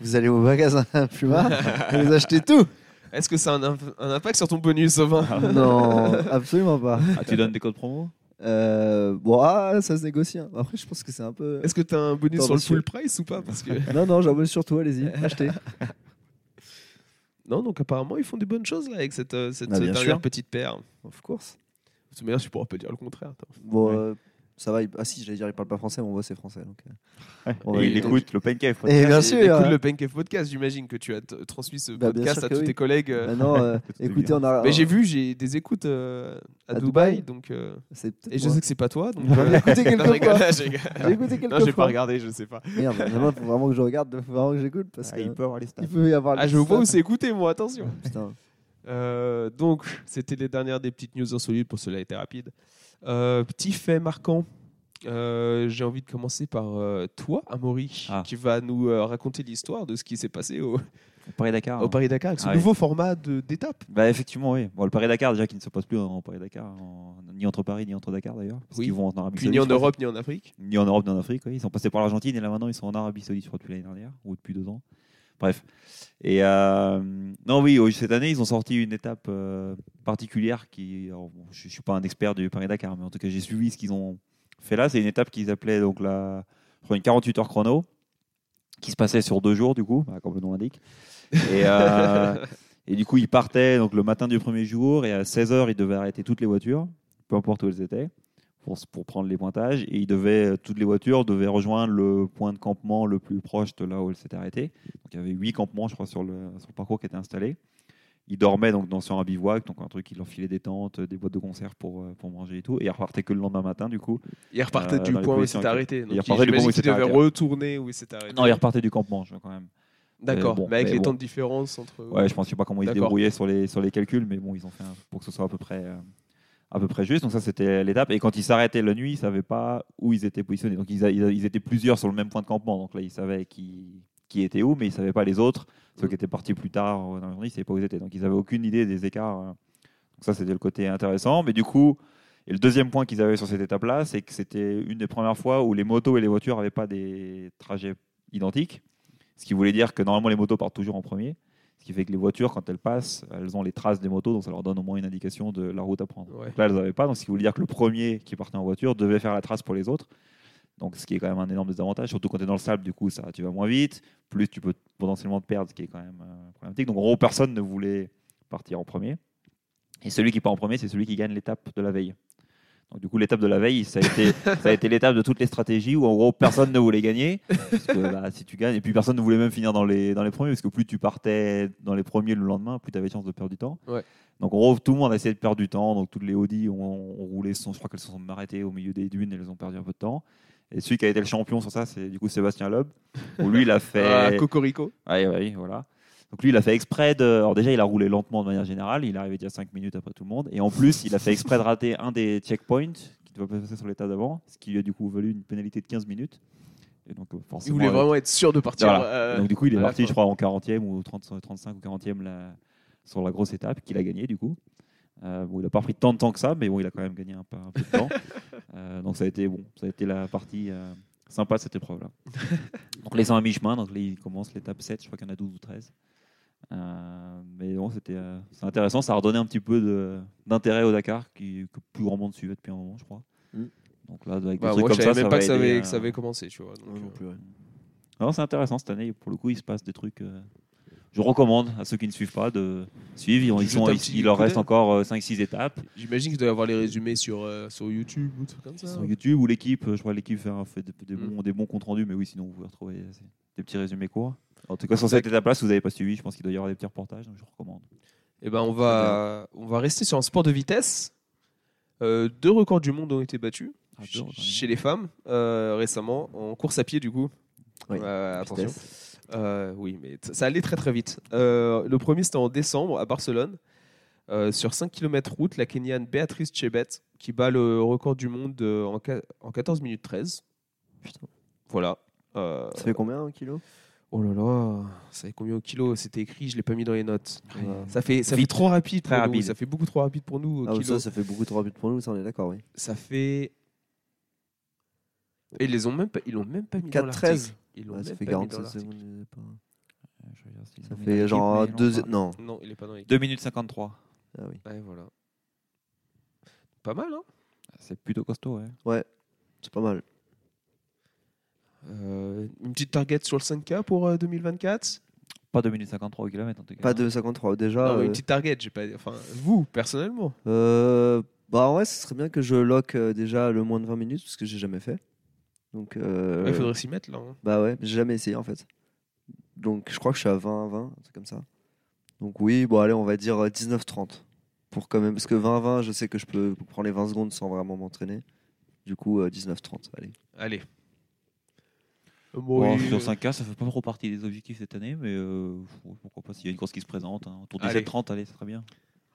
Speaker 3: vous allez au magasin Puma et vous achetez tout.
Speaker 1: Est-ce que ça a un, inf- un impact sur ton bonus, Sauvin
Speaker 3: Ah. non, absolument pas.
Speaker 2: Ah, tu donnes des codes promo
Speaker 3: Euh, bon, ah, ça se négocie. hein. Après, je pense que c'est un peu.
Speaker 1: Est-ce que tu as un bonus
Speaker 3: Attends,
Speaker 1: sur le full
Speaker 3: monsieur.
Speaker 1: price ou pas Parce que...
Speaker 3: Non, non, j'abonne surtout, allez-y, achetez.
Speaker 1: Non, donc apparemment, ils font des bonnes choses là, avec cette, euh, cette
Speaker 3: Bah,
Speaker 2: Ah, bien
Speaker 1: dernière
Speaker 2: sûr.
Speaker 1: petite paire.
Speaker 3: Of course.
Speaker 1: De toute manière, tu pourras pas dire le contraire. attends.
Speaker 3: Bon,
Speaker 2: Ouais.
Speaker 3: euh, ça va. il- Ah si, j'allais dire, il parle pas français, mais on voit c'est français. Donc, euh. On va
Speaker 2: Et Il
Speaker 3: y-
Speaker 2: écoute le Pancake.
Speaker 3: Et bien
Speaker 1: Et
Speaker 3: sûr.
Speaker 1: Écoute
Speaker 3: hein.
Speaker 1: le PenKF podcast, j'imagine que tu as t- transmis ce
Speaker 3: Bah, bien
Speaker 1: podcast
Speaker 3: sûr
Speaker 1: à
Speaker 3: que
Speaker 1: tous
Speaker 3: oui.
Speaker 1: tes collègues. euh.
Speaker 3: Ah non, euh,
Speaker 2: C'était
Speaker 3: écoutez, on a.
Speaker 1: Mais j'ai vu, j'ai des écoutes euh, à,
Speaker 3: À
Speaker 1: Dubaï,
Speaker 3: Dubaï.
Speaker 1: donc euh,
Speaker 3: C'est peut-être
Speaker 1: et je
Speaker 3: moi.
Speaker 1: sais que c'est pas toi. Donc, euh,
Speaker 3: On a écouté quelques
Speaker 1: non, je rigole,
Speaker 3: fois.
Speaker 1: je rigole.
Speaker 3: J'ai écouté quelques
Speaker 1: Non, j'ai pas
Speaker 3: fois.
Speaker 1: regardé, je sais pas.
Speaker 3: Merde, maintenant, faut vraiment que je regarde, faut vraiment que j'écoute parce
Speaker 2: Ah,
Speaker 3: que
Speaker 2: il peut avoir les stats.
Speaker 3: il peut y avoir.
Speaker 1: Ah,
Speaker 3: des
Speaker 1: je vois où
Speaker 3: stats.
Speaker 1: c'est écouté, moi. Attention.
Speaker 3: Putain.
Speaker 1: Euh, donc, c'était les dernières des petites news insolites pour cela a été rapide. Euh, petit fait marquant. Euh, J'ai envie de commencer par euh, toi, Amaury,
Speaker 2: Ah.
Speaker 1: qui va nous euh, raconter l'histoire de ce qui s'est passé au,
Speaker 2: Paris-Dakar.
Speaker 1: au Paris-Dakar avec ce
Speaker 2: Ah oui.
Speaker 1: nouveau format de- d'étape.
Speaker 2: Bah effectivement oui. Bon, le Paris-Dakar déjà qui ne se passe plus en Paris-Dakar, en- ni entre Paris ni entre Dakar d'ailleurs. Parce
Speaker 1: Oui.
Speaker 2: qu'ils vont en Arabie
Speaker 1: Puis
Speaker 2: Saoudite.
Speaker 1: ni en
Speaker 2: je crois.
Speaker 1: Europe ni en Afrique.
Speaker 2: Ni en Europe ni en Afrique. oui. Ils sont passés par l'Argentine et là maintenant ils sont en Arabie Saoudite je crois depuis l'année dernière ou depuis deux ans. Bref. Et euh, non oui au- cette année ils ont sorti une étape euh, particulière qui. alors, bon, je, je suis pas un expert du Paris-Dakar mais en tout cas j'ai suivi ce qu'ils ont fait là. C'est une étape qu'ils appelaient donc la je crois, une 48 heures chrono qui se passait sur deux jours du coup bah, comme le nom l'indique. Et euh, Et du coup, ils partaient donc, le matin du premier jour et à 16h, ils devaient arrêter toutes les voitures, peu importe où elles étaient, pour, s- pour prendre les pointages. Et ils devaient, toutes les voitures devaient rejoindre le point de campement le plus proche de là où elles s'étaient arrêtées. Donc, il y avait huit campements, je crois, sur le, sur le parcours qui était installé. Ils dormaient donc, dans, sur un bivouac, donc un truc, ils leur filait des tentes, euh, des boîtes de conserve pour, euh, pour manger et tout. Et ils repartaient que le lendemain matin, du coup.
Speaker 1: Il repartait
Speaker 2: Euh,
Speaker 1: du
Speaker 2: dans les
Speaker 1: point où il
Speaker 2: positions
Speaker 1: s'était
Speaker 2: actuelles.
Speaker 1: arrêté. Donc,
Speaker 2: Il repartait du point où il
Speaker 1: j'imagine qu'il
Speaker 2: s'était
Speaker 1: devait
Speaker 2: arrêté.
Speaker 1: retourner où il s'était arrêté.
Speaker 2: Non, ils repartaient du campement, je vois quand même.
Speaker 1: D'accord,
Speaker 2: Euh, bon,
Speaker 1: mais avec
Speaker 2: mais
Speaker 1: les
Speaker 2: bon.
Speaker 1: temps de différence entre.
Speaker 2: Ouais, je pense je sais pas comment ils se
Speaker 1: D'accord.
Speaker 2: débrouillaient sur les, sur les calculs, mais bon, ils ont fait un- pour que ce soit à peu près, euh, à peu près juste. Donc ça, c'était l'étape. Et quand ils s'arrêtaient la nuit, ils savaient pas où ils étaient positionnés. Donc ils, a- ils a- ils étaient plusieurs sur le même point de campement. Donc là, ils savaient qui, qui était où, mais ils savaient pas les autres. Ceux
Speaker 1: Mm.
Speaker 2: qui étaient partis plus tard euh, dans la journée, ils savaient pas où ils étaient. Donc ils avaient aucune idée des écarts. euh. Donc ça, c'était le côté intéressant. Mais du coup, et le deuxième point qu'ils avaient sur cette étape-là, c'est que c'était une des premières fois où les motos et les voitures n'avaient pas des trajets identiques. Ce qui voulait dire que normalement les motos partent toujours en premier. Ce qui fait que les voitures, quand elles passent, elles ont les traces des motos, donc ça leur donne au moins une indication de la route à prendre.
Speaker 1: Ouais.
Speaker 2: Donc là, elles n'avaient pas, donc ce qui voulait dire que le premier qui partait en voiture devait faire la trace pour les autres. Donc ce qui est quand même un énorme désavantage, surtout quand tu es dans le sable, du coup, ça, tu vas moins vite, plus tu peux potentiellement te perdre, ce qui est quand même euh, problématique. Donc en gros, personne ne voulait partir en premier. Et celui qui part en premier, c'est celui qui gagne l'étape de la veille. Donc, du coup, l'étape de la veille, ça a été, ça a été l'étape de toutes les stratégies où en gros personne ne voulait gagner. Parce que, bah, si tu gagnes, et puis personne ne voulait même finir dans les, dans les premiers, parce que plus tu partais dans les premiers le lendemain, plus tu avais de chance de perdre du temps.
Speaker 1: Ouais.
Speaker 2: Donc en gros, tout le monde a essayé de perdre du temps. Donc toutes les Audi ont, ont roulé, sans- je crois qu'elles se sont arrêtées au milieu des dunes, elles ont perdu un peu de temps. Et celui qui a été le champion sur ça, c'est du coup Sébastien Loeb, où lui il a
Speaker 1: Ah,
Speaker 2: fait.
Speaker 1: Cocorico.
Speaker 2: Ouais, ouais, Ah, oui, voilà. Donc lui, il a fait exprès de. Alors déjà, il a roulé lentement de manière générale. Il est arrivé déjà 5 minutes après tout le monde. Et en plus, il a fait exprès de rater un des checkpoints qui devait passer sur l'état d'avant, ce qui lui a du coup valu une pénalité de 15 minutes. Et donc, euh,
Speaker 1: Il
Speaker 2: forcément,
Speaker 1: voulait
Speaker 2: euh,
Speaker 1: vraiment être sûr de partir.
Speaker 2: Voilà.
Speaker 1: euh,
Speaker 2: donc du coup, il est
Speaker 1: à la
Speaker 2: parti,
Speaker 1: fin.
Speaker 2: je crois, en 40e ou 30, 35 ou 40e la- sur la grosse étape qu'il a gagné du coup. Euh, bon, il n'a pas pris tant de temps que ça, mais bon, il a quand même gagné un, peu- un peu de temps. Euh, donc ça a été bon, ça a été la partie euh, sympa de cette épreuve-là. donc les 100 à mi-chemin, donc là, il commence l'étape 7, je crois qu'il y en a 12 ou 13. Euh, mais bon, c'était euh, c'est intéressant, ça a redonné un petit peu de- d'intérêt au Dakar qui, que plus grand monde suivait depuis un moment, je crois.
Speaker 3: Mm.
Speaker 2: Donc là, avec des
Speaker 1: Bah,
Speaker 2: trucs
Speaker 1: moi, je
Speaker 2: comme ça,
Speaker 1: savais
Speaker 2: ça hein.
Speaker 1: même pas
Speaker 2: va
Speaker 1: que ça,
Speaker 2: aider euh,
Speaker 1: avait,
Speaker 2: à-
Speaker 1: que ça avait commencé, tu vois. donc,
Speaker 3: Non, non
Speaker 1: euh,
Speaker 3: plus, ouais.
Speaker 2: non, c'est intéressant cette année. Pour le coup, il se passe des trucs. euh, Je recommande à ceux qui ne suivent pas de suivre. Ils, ils
Speaker 1: Juste
Speaker 2: sont-
Speaker 1: un
Speaker 2: ils-
Speaker 1: petit
Speaker 2: il leur
Speaker 1: coup
Speaker 2: reste
Speaker 1: d'œil.
Speaker 2: encore 5-6 étapes
Speaker 1: J'imagine qu'il doit y avoir les résumés sur, euh, sur YouTube ou tout comme ça.
Speaker 2: sur YouTube où l'équipe, euh, je vois l'équipe faire fait des, des bons, des bons comptes rendus, mais oui, sinon vous pouvez retrouver euh, c'est des petits résumés courts. En tout cas, sur cette étape-là, si vous n'avez pas suivi, je pense qu'il doit y avoir des petits reportages, donc je recommande.
Speaker 1: Et ben on va, on va rester sur un sport de vitesse. Euh, deux records du monde ont été battus
Speaker 2: Ah,
Speaker 1: ch-
Speaker 2: deux, attendez.
Speaker 1: chez les femmes euh, récemment en course à pied du coup.
Speaker 3: Oui,
Speaker 1: Euh, attention.
Speaker 3: Vitesse.
Speaker 1: Euh, oui, mais t- ça allait très très vite. Euh, le premier, c'était en décembre à Barcelone. Euh, sur 5 km route, la Kenyane Béatrice Chebet qui bat le record du monde euh, en, qua- en 14 minutes 13.
Speaker 3: Putain.
Speaker 1: Voilà. Euh,
Speaker 3: Ça fait combien, un kilo
Speaker 1: oh là là, ça fait combien au kilo C'était écrit, je l'ai pas mis dans les notes.
Speaker 3: Ouais.
Speaker 1: Ça fait, ça fait
Speaker 2: Vite.
Speaker 1: trop rapide,
Speaker 2: Très
Speaker 1: pour
Speaker 2: rapide.
Speaker 1: Nous. Ça fait beaucoup trop rapide pour nous. Au
Speaker 3: Ah, mais
Speaker 1: kilo.
Speaker 3: ça, ça fait beaucoup trop rapide pour nous, ça, on est d'accord, oui.
Speaker 1: ça fait. Et ils les ont même pas, ils l'ont même pas mis dans
Speaker 3: 4-13.
Speaker 1: l'article. Ils l'ont
Speaker 3: Ouais, ça
Speaker 1: même
Speaker 3: fait
Speaker 1: pas mis dans
Speaker 3: 47
Speaker 1: l'article.
Speaker 3: secondes. je sais pas.
Speaker 2: Euh, je regarde s'ils
Speaker 3: Ça
Speaker 2: ont mis
Speaker 3: fait
Speaker 2: l'équipe, mais
Speaker 3: genre
Speaker 2: ils l'ont
Speaker 3: 2...
Speaker 2: pas.
Speaker 3: Non.
Speaker 1: Non, il est pas dans les.
Speaker 2: 2 minutes 53.
Speaker 3: Ah oui.
Speaker 1: Ouais, voilà. Pas mal, hein
Speaker 2: C'est plutôt costaud, ouais.
Speaker 3: C'est pas mal.
Speaker 1: Euh, Une petite target sur le 5K pour euh, 2024
Speaker 2: Pas 2 minutes 53 au kilomètre, en tout cas.
Speaker 3: Pas 2,53. Déjà,
Speaker 1: Non, mais
Speaker 3: euh,
Speaker 1: Une petite target, j'ai pas. Enfin, vous, personnellement.
Speaker 3: Euh, bah ouais, ce serait bien que je lock euh, déjà le moins de 20 minutes parce que j'ai jamais fait. Donc euh,
Speaker 1: Ouais, Il faudrait s'y mettre, là. hein.
Speaker 3: bah ouais, j'ai jamais essayé en fait. Donc je crois que je suis à 20 20, un truc comme ça. Donc oui, bon allez, on va dire 19 30 pour quand même parce que 20 20, je sais que je peux prendre les 20 secondes sans vraiment m'entraîner. Du coup 19 30, allez.
Speaker 1: Allez.
Speaker 2: Bon,
Speaker 1: Bon, oui, euh,
Speaker 2: sur 5K, ça fait pas trop partie des objectifs cette année, mais euh, ouais, pourquoi pas s'il y a une course qui se présente. hein. Autour des
Speaker 1: Allez.
Speaker 2: 7-30, allez, c'est très bien.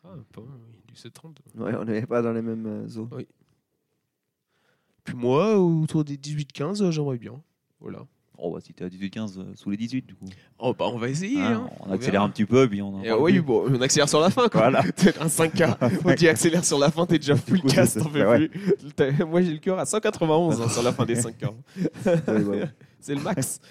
Speaker 1: ah, pas mal, oui, du 730.
Speaker 3: Ouais, on n'est pas dans les mêmes euh, eaux.
Speaker 1: Puis moi, autour des 18-15, euh, j'aimerais bien. Voilà.
Speaker 2: Oh, bah, si t'es à 18-15, euh, sous les 18, du coup.
Speaker 1: Oh, bah, on va essayer.
Speaker 2: Hein,
Speaker 1: hein.
Speaker 2: on accélère un petit peu, puis on en
Speaker 1: Et,
Speaker 2: parle
Speaker 1: ouais,
Speaker 2: plus.
Speaker 1: bon, on accélère sur la fin, quoi.
Speaker 2: Voilà.
Speaker 1: Peut-être un 5K. On dit accélère sur la fin, t'es déjà full
Speaker 2: coup,
Speaker 1: cast,
Speaker 2: c'est-
Speaker 1: t'en fais
Speaker 2: ouais.
Speaker 1: plus. T'as- Moi, j'ai le cœur à 191 hein, sur la fin des 5K.
Speaker 2: bah
Speaker 3: Ouais, ouais.
Speaker 1: C'est le max.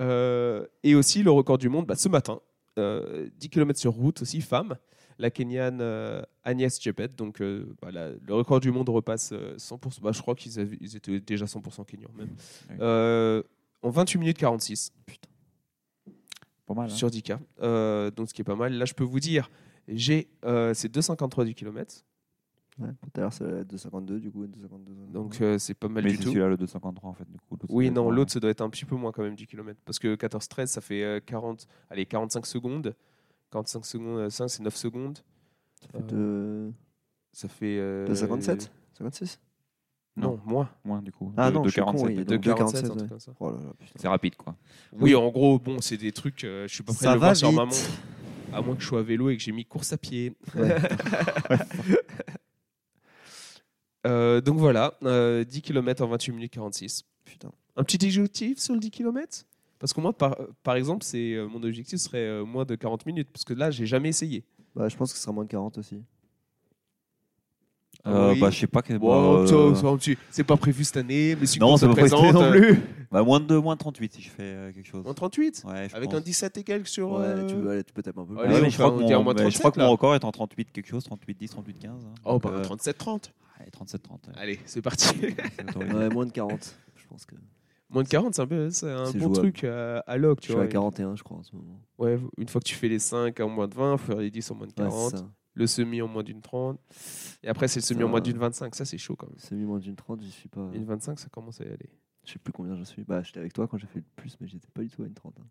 Speaker 1: Euh, et aussi le record du monde bah, ce matin. euh, 10 km sur route aussi, femme. La Kenyane euh, Agnès Chepet. Donc euh, bah, la- le record du monde repasse euh, 100%. Bah, je crois qu'ils avaient- ils étaient déjà 100% kenyans même.
Speaker 2: Oui.
Speaker 1: Euh, en 28 minutes 46
Speaker 2: Pas mal. hein.
Speaker 1: sur 10K. Euh, donc ce qui est pas mal. Là, je peux vous dire, j'ai euh, c'est 2,53 du kilomètre.
Speaker 3: Ouais, tout à l'heure c'est la 2,52 du coup 2,52.
Speaker 1: Donc euh, c'est pas mal
Speaker 2: Mais
Speaker 1: du
Speaker 2: c'est
Speaker 1: tout.
Speaker 2: celui-là, le 253, en fait. Du coup,
Speaker 1: Oui, non,
Speaker 2: ouais.
Speaker 1: l'autre, ça doit être un petit peu moins quand même du kilomètre. Parce que 14-13, ça fait euh, 40, allez, 45 secondes. 45 secondes, euh, 5, c'est 9 secondes. Euh,
Speaker 3: ça
Speaker 1: Ça
Speaker 3: fait de...
Speaker 1: fait. euh,
Speaker 3: de 57 56
Speaker 1: Non, moins.
Speaker 2: Moins, du coup.
Speaker 3: Ah
Speaker 2: De-
Speaker 3: non,
Speaker 2: de
Speaker 3: je suis con,
Speaker 2: 47,
Speaker 3: oui.
Speaker 2: peut-être.
Speaker 1: De
Speaker 3: donc
Speaker 1: 47,
Speaker 3: 47,
Speaker 1: un truc
Speaker 3: ouais.
Speaker 1: comme ça.
Speaker 3: Oh là là, putain.
Speaker 2: euh, C'est rapide, quoi.
Speaker 1: Oui, en gros, bon, c'est des trucs. euh, je suis pas prêt de
Speaker 3: Ça
Speaker 1: le
Speaker 3: va
Speaker 1: voir sur
Speaker 3: vite.
Speaker 1: ma montre. À moins que je sois à vélo et que j'ai mis course à pied.
Speaker 3: Ouais.
Speaker 1: Euh, donc voilà, euh, 10 km en 28 minutes 46.
Speaker 3: Putain.
Speaker 1: Un petit objectif sur le 10 km Parce que moi, par, par exemple, c'est euh, mon objectif serait euh, moins de 40 minutes. Parce que là, j'ai jamais essayé.
Speaker 3: Bah, je pense que ce sera moins de 40 aussi.
Speaker 2: Euh,
Speaker 1: Ah Oui.
Speaker 2: Bah, je sais pas. que-
Speaker 1: Bon,
Speaker 2: bah,
Speaker 1: ça,
Speaker 2: euh,
Speaker 1: ça, un petit- c'est pas prévu cette année, mais si
Speaker 2: Non,
Speaker 1: on se
Speaker 2: c'est pas prévu
Speaker 1: présente,
Speaker 2: non
Speaker 1: euh,
Speaker 2: plus. Bah, moins de moins de 38 si je fais euh, quelque chose.
Speaker 1: en 38
Speaker 2: Ouais, je
Speaker 1: Avec
Speaker 2: pense.
Speaker 1: un 17 et quelques sur.
Speaker 3: Ouais,
Speaker 1: euh,
Speaker 3: tu, veux- allez, tu peux taper un peu plus.
Speaker 1: Allez,
Speaker 2: Ouais,
Speaker 1: on
Speaker 2: mais je crois
Speaker 1: fait-
Speaker 2: que
Speaker 1: on dit un
Speaker 2: mon-
Speaker 1: moins de
Speaker 2: mais je crois
Speaker 1: 37,
Speaker 2: que mon
Speaker 1: là.
Speaker 2: record est en 38 quelque chose, 38 10, 38 15. hein.
Speaker 1: Oh, bah,
Speaker 2: Donc, euh,
Speaker 1: 37-30.
Speaker 2: allez, 37 30. ouais.
Speaker 1: Allez, c'est parti.
Speaker 2: C'est autorisé.
Speaker 3: Ouais, moins de 40. Je pense que.
Speaker 1: Moins de 40, c'est un, peu, c'est un
Speaker 3: C'est
Speaker 1: bon
Speaker 3: jouable.
Speaker 1: truc euh, à log. Tu
Speaker 3: Je suis
Speaker 1: vois.
Speaker 3: à 41, je crois, en ce moment.
Speaker 1: Ouais, une fois que tu fais les 5 en moins de 20, il faut faire les 10 en moins de
Speaker 3: Ouais,
Speaker 1: 40.
Speaker 3: c'est ça.
Speaker 1: le semi en moins d'une 30. Et après, c'est le semi en
Speaker 3: Ça-
Speaker 1: moins d'une 25. Ça, c'est chaud quand même.
Speaker 3: C'est mis moins d'une 30, j'y suis pas.
Speaker 1: Une 25, ça commence à y aller.
Speaker 3: Je sais plus combien j'en suis. Bah, j'étais avec toi quand j'ai fait le plus, mais j'étais pas du tout à une 30. hein.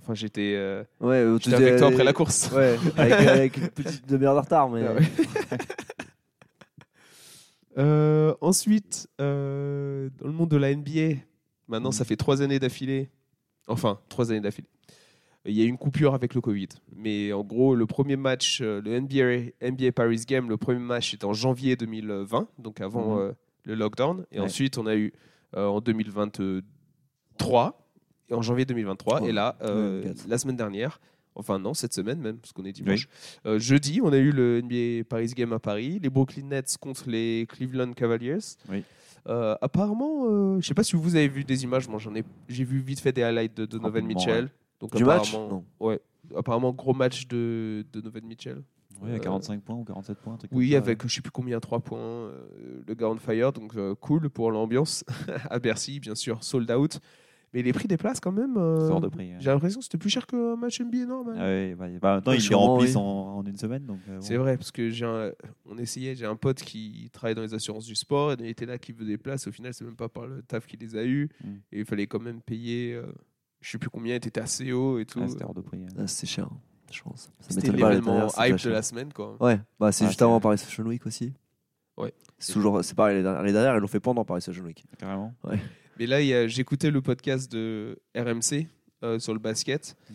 Speaker 1: Enfin, j'étais euh,
Speaker 3: Ouais, euh,
Speaker 1: j'étais
Speaker 3: t'étais-
Speaker 1: avec toi après la course.
Speaker 3: Ouais, avec, avec une petite demi-heure de retard, mais.
Speaker 1: Ah ouais. Euh, ensuite, euh, dans le monde de la NBA, maintenant ça fait trois années d'affilée. Enfin, trois années d'affilée. Il y a eu une coupure avec le Covid. Mais en gros, le premier match, euh, le NBA, NBA Paris Game, le premier match était en janvier 2020, donc avant
Speaker 2: Mhm.
Speaker 1: euh, le lockdown. Et
Speaker 2: Ouais.
Speaker 1: ensuite, on a eu euh, en 2023, et en janvier 2023.
Speaker 3: Oh,
Speaker 1: et là, euh,
Speaker 3: 2024.
Speaker 1: la semaine dernière, enfin non, cette semaine même, parce qu'on est dimanche, euh, jeudi, on a eu le NBA Paris Game à Paris, les Brooklyn Nets contre les Cleveland Cavaliers.
Speaker 2: Oui.
Speaker 1: Euh, apparemment, euh, je ne sais pas si vous avez vu des images, moi j'en ai, j'ai vu vite fait des highlights de Donovan
Speaker 2: Rapidement,
Speaker 1: Mitchell. Donc
Speaker 3: Du match
Speaker 1: apparemment-
Speaker 3: Non.
Speaker 1: Ouais, apparemment gros match de de Donovan Mitchell.
Speaker 2: Oui, à 45 points ou 47 points. un truc comme
Speaker 1: Euh, Oui,
Speaker 2: ça,
Speaker 1: avec je sais plus combien 3 points, euh, le Ground Fire, donc euh, cool pour l'ambiance à Bercy, bien sûr, sold out. Mais les prix des places quand même.
Speaker 2: ouais.
Speaker 1: euh,
Speaker 2: Sort de prix. ouais.
Speaker 1: J'ai l'impression que c'était plus cher qu'un match NBA normal.
Speaker 2: Ah ouais, bah, bah, en même temps,
Speaker 3: Ouais,
Speaker 2: ils les
Speaker 3: sûrement,
Speaker 2: remplissent
Speaker 3: oui.
Speaker 2: en, en une semaine. Donc, euh,
Speaker 1: C'est
Speaker 2: bon.
Speaker 1: vrai, parce que j'ai un- on essayait, j'ai un pote qui travaille dans les assurances du sport, et il était là qui veut des places, au final, c'est même pas par le taf qu'il les a eues,
Speaker 2: Mm.
Speaker 1: et il fallait quand même payer, euh, je sais plus combien, t'étais assez haut et tout.
Speaker 2: Ah, c'était hors de prix. hein.
Speaker 3: Ah, c'est cher, hein, je pense. Ça
Speaker 1: C'était
Speaker 3: m'étonne pas, la
Speaker 1: l'événement
Speaker 3: dernière, c'est
Speaker 1: hype
Speaker 3: très
Speaker 1: de
Speaker 3: cher.
Speaker 1: la semaine, quoi.
Speaker 3: Ouais, bah c'est
Speaker 2: Ah,
Speaker 3: juste
Speaker 2: c'est-
Speaker 3: avant Paris Fashion Week aussi.
Speaker 1: Ouais.
Speaker 3: C'est toujours, c'est pareil, les dernières, les dernières, ils l'ont fait pendant Paris Fashion Week.
Speaker 2: Carrément.
Speaker 1: Mais là, il y a- j'écoutais le podcast de RMC euh, sur le basket.
Speaker 2: Mm.